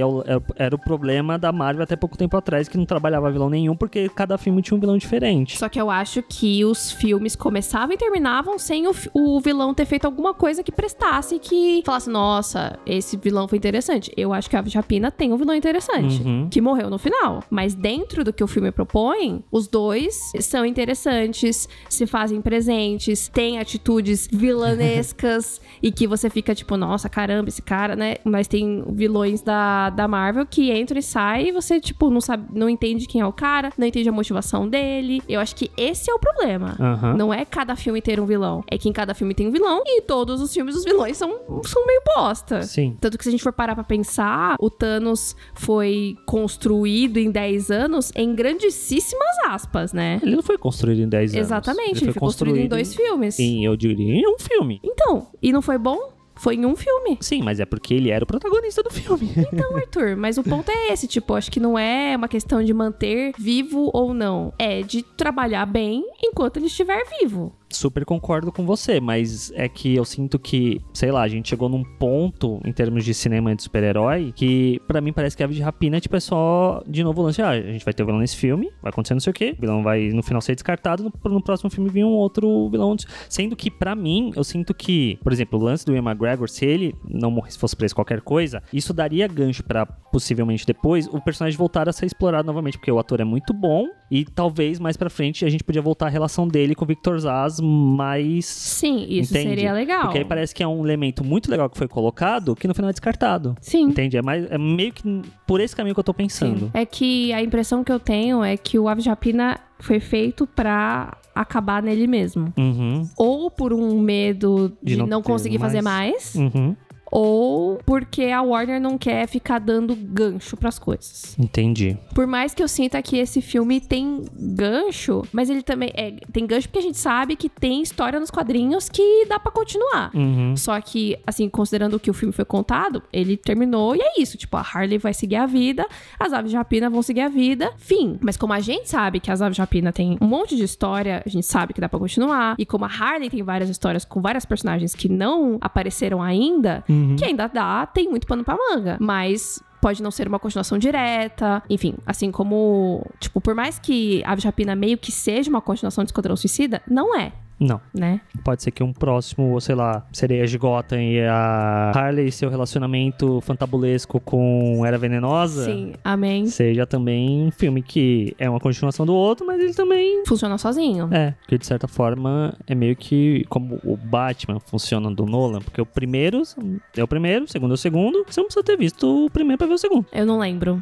[SPEAKER 1] era o problema da Marvel até pouco tempo atrás, que não trabalhava vilão nenhum, porque cada filme tinha um vilão diferente.
[SPEAKER 2] Só que eu acho que os filmes começavam e terminavam sem o, o vilão ter feito alguma coisa que prestasse, que falasse, nossa, esse vilão foi interessante. Eu acho que a Japina tem um vilão interessante,
[SPEAKER 1] Uhum.
[SPEAKER 2] que morreu no final. Mas dentro do que o filme propõe, os dois são interessantes, se fazem presentes, têm atitudes
[SPEAKER 1] <laughs>
[SPEAKER 2] vilanescas e que você fica tipo, nossa, caramba, esse cara, né? Mas tem vilões da, da Marvel que entram e saem e você, tipo, não sabe, não entende quem é o cara, não entende a motivação dele. Eu acho que esse é o problema.
[SPEAKER 1] Aham.
[SPEAKER 2] Não é cada filme ter um vilão. É que em cada filme tem um vilão e em todos os filmes os vilões são, são meio bosta.
[SPEAKER 1] Sim.
[SPEAKER 2] Tanto que se a gente for parar pra pensar, o Thanos foi construído em 10 anos em grandíssimas aspas, né?
[SPEAKER 1] Ele não foi construído em 10 anos.
[SPEAKER 2] Exatamente, ele foi construído em dois filmes.
[SPEAKER 1] Sim, eu diria em um filme.
[SPEAKER 2] Então, e não foi bom? Foi em um filme.
[SPEAKER 1] Sim, mas é porque ele era o protagonista do filme.
[SPEAKER 2] Então, Arthur, mas o ponto é esse, tipo, acho que não é uma questão de manter vivo ou não. É de trabalhar bem enquanto ele estiver vivo.
[SPEAKER 1] Super concordo com você, mas é que eu sinto que, sei lá, a gente chegou num ponto em termos de cinema de super-herói que pra mim parece que a de rapina tipo, é só de novo o lance. Ah, a gente vai ter o vilão nesse filme, vai acontecer não sei o quê, o vilão vai no final ser descartado, no, no próximo filme vir um outro vilão. Sendo que pra mim, eu sinto que, por exemplo, o lance do Ian McGregor, se ele não morresse, fosse preso qualquer coisa, isso daria gancho pra possivelmente depois o personagem voltar a ser explorado novamente, porque o ator é muito bom e talvez mais pra frente a gente podia voltar a relação dele com o Victor Zaz mais.
[SPEAKER 2] Sim, isso
[SPEAKER 1] Entendi.
[SPEAKER 2] seria legal.
[SPEAKER 1] Porque aí parece que é um elemento muito legal que foi colocado que no final é descartado.
[SPEAKER 2] Sim.
[SPEAKER 1] Entende? É, mais, é meio que por esse caminho que eu tô pensando.
[SPEAKER 2] É que a impressão que eu tenho é que o Ave Japina foi feito pra acabar nele mesmo.
[SPEAKER 1] Uhum.
[SPEAKER 2] Ou por um medo
[SPEAKER 1] De
[SPEAKER 2] de,
[SPEAKER 1] não
[SPEAKER 2] não,
[SPEAKER 1] ter
[SPEAKER 2] conseguir fazer mais,
[SPEAKER 1] Uhum.
[SPEAKER 2] ou porque a Warner não quer ficar dando gancho pras coisas.
[SPEAKER 1] Entendi.
[SPEAKER 2] Por mais que eu sinta que esse filme tem gancho, mas ele também é, tem gancho porque a gente sabe que tem história nos quadrinhos que dá pra continuar.
[SPEAKER 1] Uhum.
[SPEAKER 2] Só que, assim, considerando o que o filme foi contado, ele terminou e é isso. Tipo, a Harley vai seguir a vida, as aves de rapina vão seguir a vida, fim. Mas como a gente sabe que as aves de rapina tem um monte de história, a gente sabe que dá pra continuar. E como a Harley tem várias histórias com várias personagens que não apareceram ainda, que ainda dá, tem muito pano pra manga. Mas. Pode não ser uma continuação direta, enfim, assim como. Tipo, por mais que Ave de Rapina meio que seja uma continuação de Esquadrão Suicida, não é,
[SPEAKER 1] Não.
[SPEAKER 2] né?
[SPEAKER 1] Pode ser que um próximo, sei lá, sereia de Gotham e a Harley, seu relacionamento fantabulesco com Era Venenosa.
[SPEAKER 2] Sim, amém.
[SPEAKER 1] Seja também um filme que é uma continuação do outro, mas ele também.
[SPEAKER 2] Funciona sozinho.
[SPEAKER 1] É, que de certa forma é meio que como o Batman funciona do Nolan, porque o primeiro é o primeiro, o segundo é o segundo, você não precisa ter visto o primeiro pra ver o segundo.
[SPEAKER 2] Eu
[SPEAKER 1] <laughs>
[SPEAKER 2] não lembro.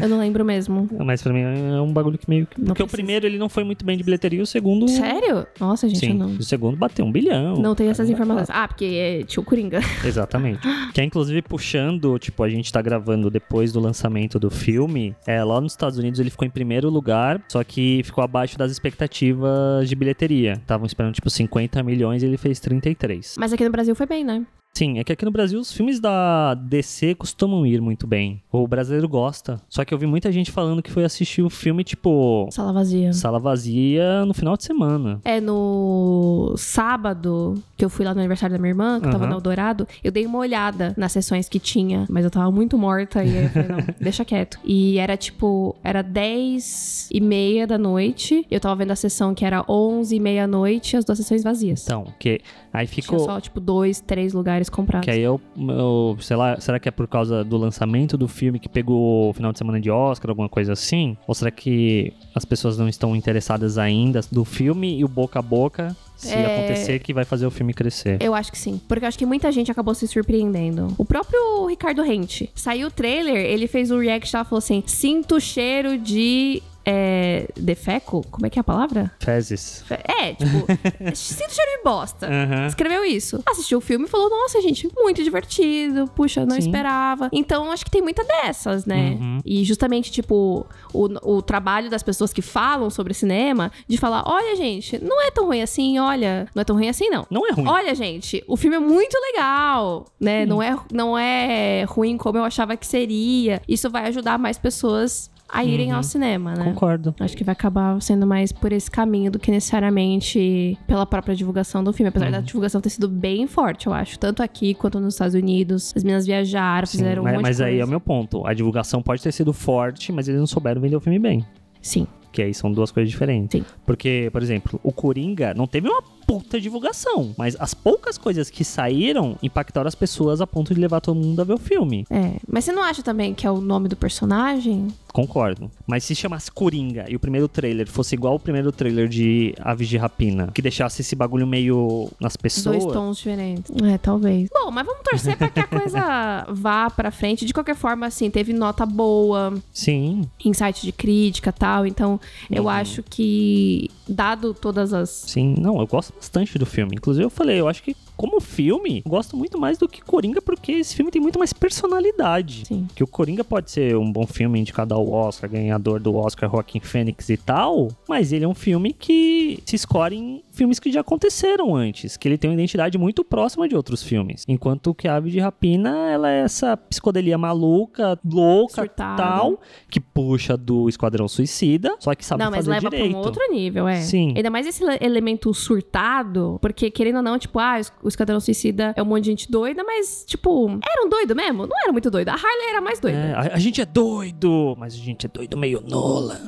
[SPEAKER 2] eu não lembro mesmo.
[SPEAKER 1] Mas pra mim é um bagulho que meio que.
[SPEAKER 2] Não
[SPEAKER 1] Porque o
[SPEAKER 2] precisa.
[SPEAKER 1] primeiro ele não foi muito bem de bilheteria, o segundo.
[SPEAKER 2] Sério? Nossa, gente, eu
[SPEAKER 1] Sim,
[SPEAKER 2] não.
[SPEAKER 1] o segundo bateu um bilhão.
[SPEAKER 2] Não tenho essas
[SPEAKER 1] Cara,
[SPEAKER 2] informações. Ah, porque é, tinha o Coringa. <laughs>
[SPEAKER 1] Exatamente. que é inclusive puxando, tipo, a gente tá gravando depois do lançamento do filme. É, lá nos Estados Unidos ele ficou em primeiro lugar, só que ficou abaixo das expectativas de bilheteria. Estavam esperando, tipo, 50 milhões e ele fez 33.
[SPEAKER 2] Mas aqui no Brasil foi bem, né?
[SPEAKER 1] Sim, é que aqui no Brasil os filmes da DC costumam ir muito bem. O brasileiro gosta. Só que eu vi muita gente falando que foi assistir o filme, tipo,
[SPEAKER 2] Sala vazia.
[SPEAKER 1] sala vazia no final de semana.
[SPEAKER 2] É no sábado que eu fui lá no aniversário da minha irmã, que eu tava
[SPEAKER 1] Aham.
[SPEAKER 2] no Eldorado, eu dei uma olhada nas sessões que tinha, mas eu tava muito morta e aí eu
[SPEAKER 1] <laughs>
[SPEAKER 2] falei, não, deixa quieto. E era tipo, era 10 e meia da noite, eu tava vendo a sessão que era 11 e meia da noite, as duas sessões vazias.
[SPEAKER 1] Então, que aí ficou.
[SPEAKER 2] Tinha só, tipo, dois, três lugares comprados.
[SPEAKER 1] Que aí eu, eu, sei lá, será que é por causa do lançamento do filme que pegou o final de semana de Oscar, alguma coisa assim? Ou será que as pessoas não estão interessadas ainda do filme e o boca a boca, se
[SPEAKER 2] É.
[SPEAKER 1] acontecer, que vai fazer o filme crescer?
[SPEAKER 2] Eu acho que sim. Porque eu acho que muita gente acabou se surpreendendo. O próprio Ricardo Rente. Saiu o trailer, ele fez um react e falou assim: sinto o cheiro de. É. Defeco? Como é que é a palavra?
[SPEAKER 1] Fezes.
[SPEAKER 2] Fe- É,
[SPEAKER 1] <laughs>
[SPEAKER 2] tipo, sinto cheiro de bosta.
[SPEAKER 1] Aham.
[SPEAKER 2] Escreveu isso. Assistiu o filme e falou: Nossa, gente, muito divertido. Puxa, não
[SPEAKER 1] Sim.
[SPEAKER 2] esperava. Então, acho que tem muita dessas, né?
[SPEAKER 1] Uhum.
[SPEAKER 2] E justamente, tipo, o, o trabalho das pessoas que falam sobre cinema, de falar: Olha, gente, não é tão ruim assim, olha, não é tão ruim assim, não.
[SPEAKER 1] Não é ruim.
[SPEAKER 2] Olha, gente, o filme é muito legal, né? Não é, não é ruim como eu achava que seria. Isso vai ajudar mais pessoas a irem
[SPEAKER 1] Uhum.
[SPEAKER 2] ao cinema, né?
[SPEAKER 1] Concordo.
[SPEAKER 2] Acho que vai acabar sendo mais por esse caminho do que necessariamente pela própria divulgação do filme. Apesar
[SPEAKER 1] Uhum.
[SPEAKER 2] da divulgação ter sido bem forte, eu acho. Tanto aqui quanto nos Estados Unidos. As meninas viajaram,
[SPEAKER 1] Sim,
[SPEAKER 2] fizeram um
[SPEAKER 1] mas
[SPEAKER 2] monte
[SPEAKER 1] mas
[SPEAKER 2] de coisa.
[SPEAKER 1] aí é o meu ponto. A divulgação pode ter sido forte, mas eles não souberam vender o filme bem.
[SPEAKER 2] Sim.
[SPEAKER 1] Que aí são duas coisas diferentes.
[SPEAKER 2] Sim.
[SPEAKER 1] Porque, por exemplo, o Coringa não teve uma puta divulgação, mas as poucas coisas que saíram impactaram as pessoas a ponto de levar todo mundo a ver o filme.
[SPEAKER 2] É. Mas você não acha também que é o nome do personagem?
[SPEAKER 1] Concordo. Mas se chamasse Coringa e o primeiro trailer fosse igual o primeiro trailer de Aves de Rapina, que deixasse esse bagulho meio nas pessoas.
[SPEAKER 2] Dois tons diferentes. É, talvez. Bom, mas vamos torcer pra que
[SPEAKER 1] <laughs>
[SPEAKER 2] a coisa vá pra frente. De qualquer forma, assim, teve nota boa,
[SPEAKER 1] Sim.
[SPEAKER 2] insight de crítica e tal. Então,
[SPEAKER 1] Uhum.
[SPEAKER 2] eu acho que, dado todas as
[SPEAKER 1] Sim, não, eu gosto bastante do filme. Inclusive, eu falei, eu acho que, como filme, eu gosto muito mais do que Coringa, porque esse filme tem muito mais personalidade.
[SPEAKER 2] Sim.
[SPEAKER 1] Que o Coringa pode ser um bom filme indicado ao Oscar, ganhador do Oscar, Joaquim Fênix e tal, mas ele é um filme que se escolhe em filmes que já aconteceram antes, que ele tem uma identidade muito próxima de outros filmes. Enquanto que a Ave de Rapina, ela é essa psicodelia maluca, louca,
[SPEAKER 2] Surtada.
[SPEAKER 1] tal, que puxa do Esquadrão Suicida, só que sabe
[SPEAKER 2] não, mas
[SPEAKER 1] fazer
[SPEAKER 2] leva
[SPEAKER 1] direito.
[SPEAKER 2] pra um outro nível, é.
[SPEAKER 1] Sim.
[SPEAKER 2] Ainda mais esse le- elemento surtado, porque querendo ou não, tipo, ah, es- o Esquadrão Suicida é um monte de gente doida, mas, tipo, era um doido mesmo? Não era muito doido. A Harley era mais
[SPEAKER 1] É,
[SPEAKER 2] doida.
[SPEAKER 1] a, a gente é doido, mas a gente é doido meio nola.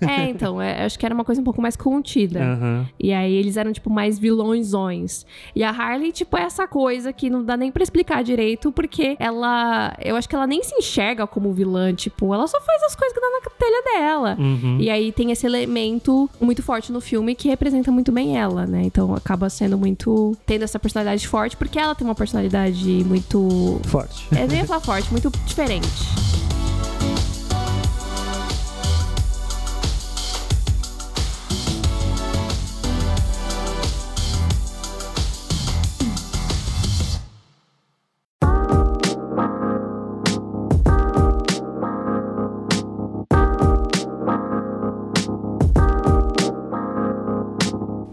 [SPEAKER 2] É, então, é, acho que era uma coisa um pouco mais contida.
[SPEAKER 1] É.
[SPEAKER 2] E aí eles eram, tipo, mais vilõesões. E a Harley, tipo, é essa coisa que não dá nem pra explicar direito, porque ela. Eu acho que ela nem se enxerga como vilã, tipo, ela só faz as coisas que dá na telha dela.
[SPEAKER 1] Uhum.
[SPEAKER 2] E aí tem esse elemento muito forte no filme que representa muito bem ela, né? Então acaba sendo muito. tendo essa personalidade forte, porque ela tem uma personalidade muito.
[SPEAKER 1] Forte.
[SPEAKER 2] É, nem ia falar forte, muito diferente.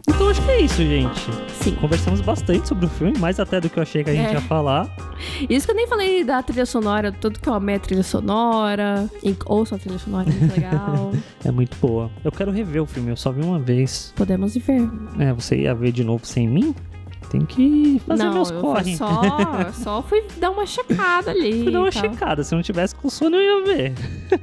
[SPEAKER 1] Então acho que é isso, gente.
[SPEAKER 2] Sim.
[SPEAKER 1] Conversamos bastante sobre o filme, mais até do que eu achei que a gente
[SPEAKER 2] É.
[SPEAKER 1] ia falar.
[SPEAKER 2] Isso que eu nem falei da trilha sonora, tanto que eu amei a trilha sonora. E, ouçam a trilha sonora, é muito <laughs> legal.
[SPEAKER 1] É muito boa. Eu quero rever o filme, eu só vi uma vez.
[SPEAKER 2] Podemos ir ver.
[SPEAKER 1] É, você ia ver de novo sem mim? Tem que fazer
[SPEAKER 2] não,
[SPEAKER 1] meus
[SPEAKER 2] eu
[SPEAKER 1] corre. <laughs>
[SPEAKER 2] só, tá. só fui dar uma checada ali.
[SPEAKER 1] Fui dar uma
[SPEAKER 2] e tal.
[SPEAKER 1] checada. Se eu não tivesse com sono, eu ia ver.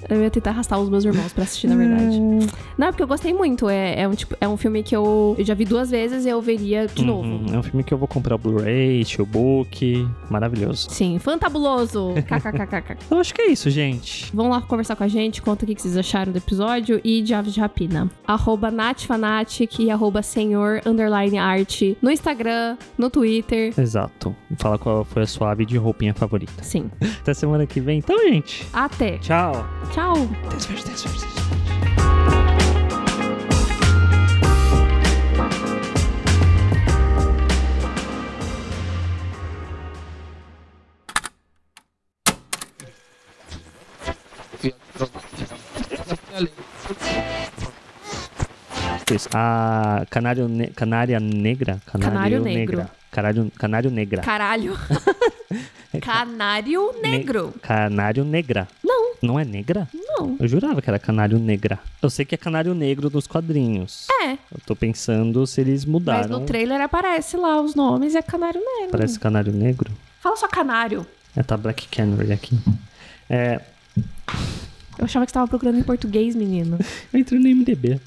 [SPEAKER 2] Eu ia tentar arrastar os meus irmãos pra assistir, É na verdade.
[SPEAKER 1] Hum.
[SPEAKER 2] Não, é porque eu gostei muito. É, é um, tipo, é um filme que eu, eu já vi duas vezes e eu veria de novo.
[SPEAKER 1] Uhum, É um filme que eu vou comprar o Blu-ray, o book. Maravilhoso.
[SPEAKER 2] Sim, fantabuloso! <laughs> KKKKK.
[SPEAKER 1] Então acho que é isso, gente.
[SPEAKER 2] Vão lá conversar com a gente, conta o que que vocês acharam do episódio e de Aves de Rapina. Arroba NatFanatic e arroba Senhor Underline Arte no Instagram, no Twitter.
[SPEAKER 1] Exato. Fala qual foi a sua ave de roupinha favorita.
[SPEAKER 2] Sim.
[SPEAKER 1] Até semana que vem, então, gente.
[SPEAKER 2] Até.
[SPEAKER 1] Tchau.
[SPEAKER 2] Tchau!
[SPEAKER 1] Desfecho, desfecho, desfecho. Isso. A canário ne- canária negra. Canário,
[SPEAKER 2] Canário negro.
[SPEAKER 1] negra. Canário, canário negra. <laughs>
[SPEAKER 2] Caralho! Canário negro!
[SPEAKER 1] Canário negra.
[SPEAKER 2] Não,
[SPEAKER 1] Não é negra?
[SPEAKER 2] não.
[SPEAKER 1] Eu jurava que era canário negra. Eu sei que é canário negro nos quadrinhos.
[SPEAKER 2] É,
[SPEAKER 1] Eu tô pensando se eles
[SPEAKER 2] mas
[SPEAKER 1] mudaram.
[SPEAKER 2] no trailer aparece lá os nomes e é canário negro.
[SPEAKER 1] Parece canário negro.
[SPEAKER 2] Fala só canário.
[SPEAKER 1] É, tá Black Canary aqui. É,
[SPEAKER 2] Eu achava que você tava procurando em português, menino.
[SPEAKER 1] eu entrei no MDB.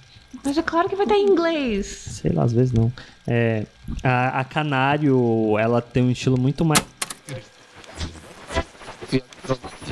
[SPEAKER 2] Mas é claro que vai estar em inglês.
[SPEAKER 1] Sei lá, às vezes não. É, a, a canário, ela tem um estilo muito mais.
[SPEAKER 3] Fiat Robotics.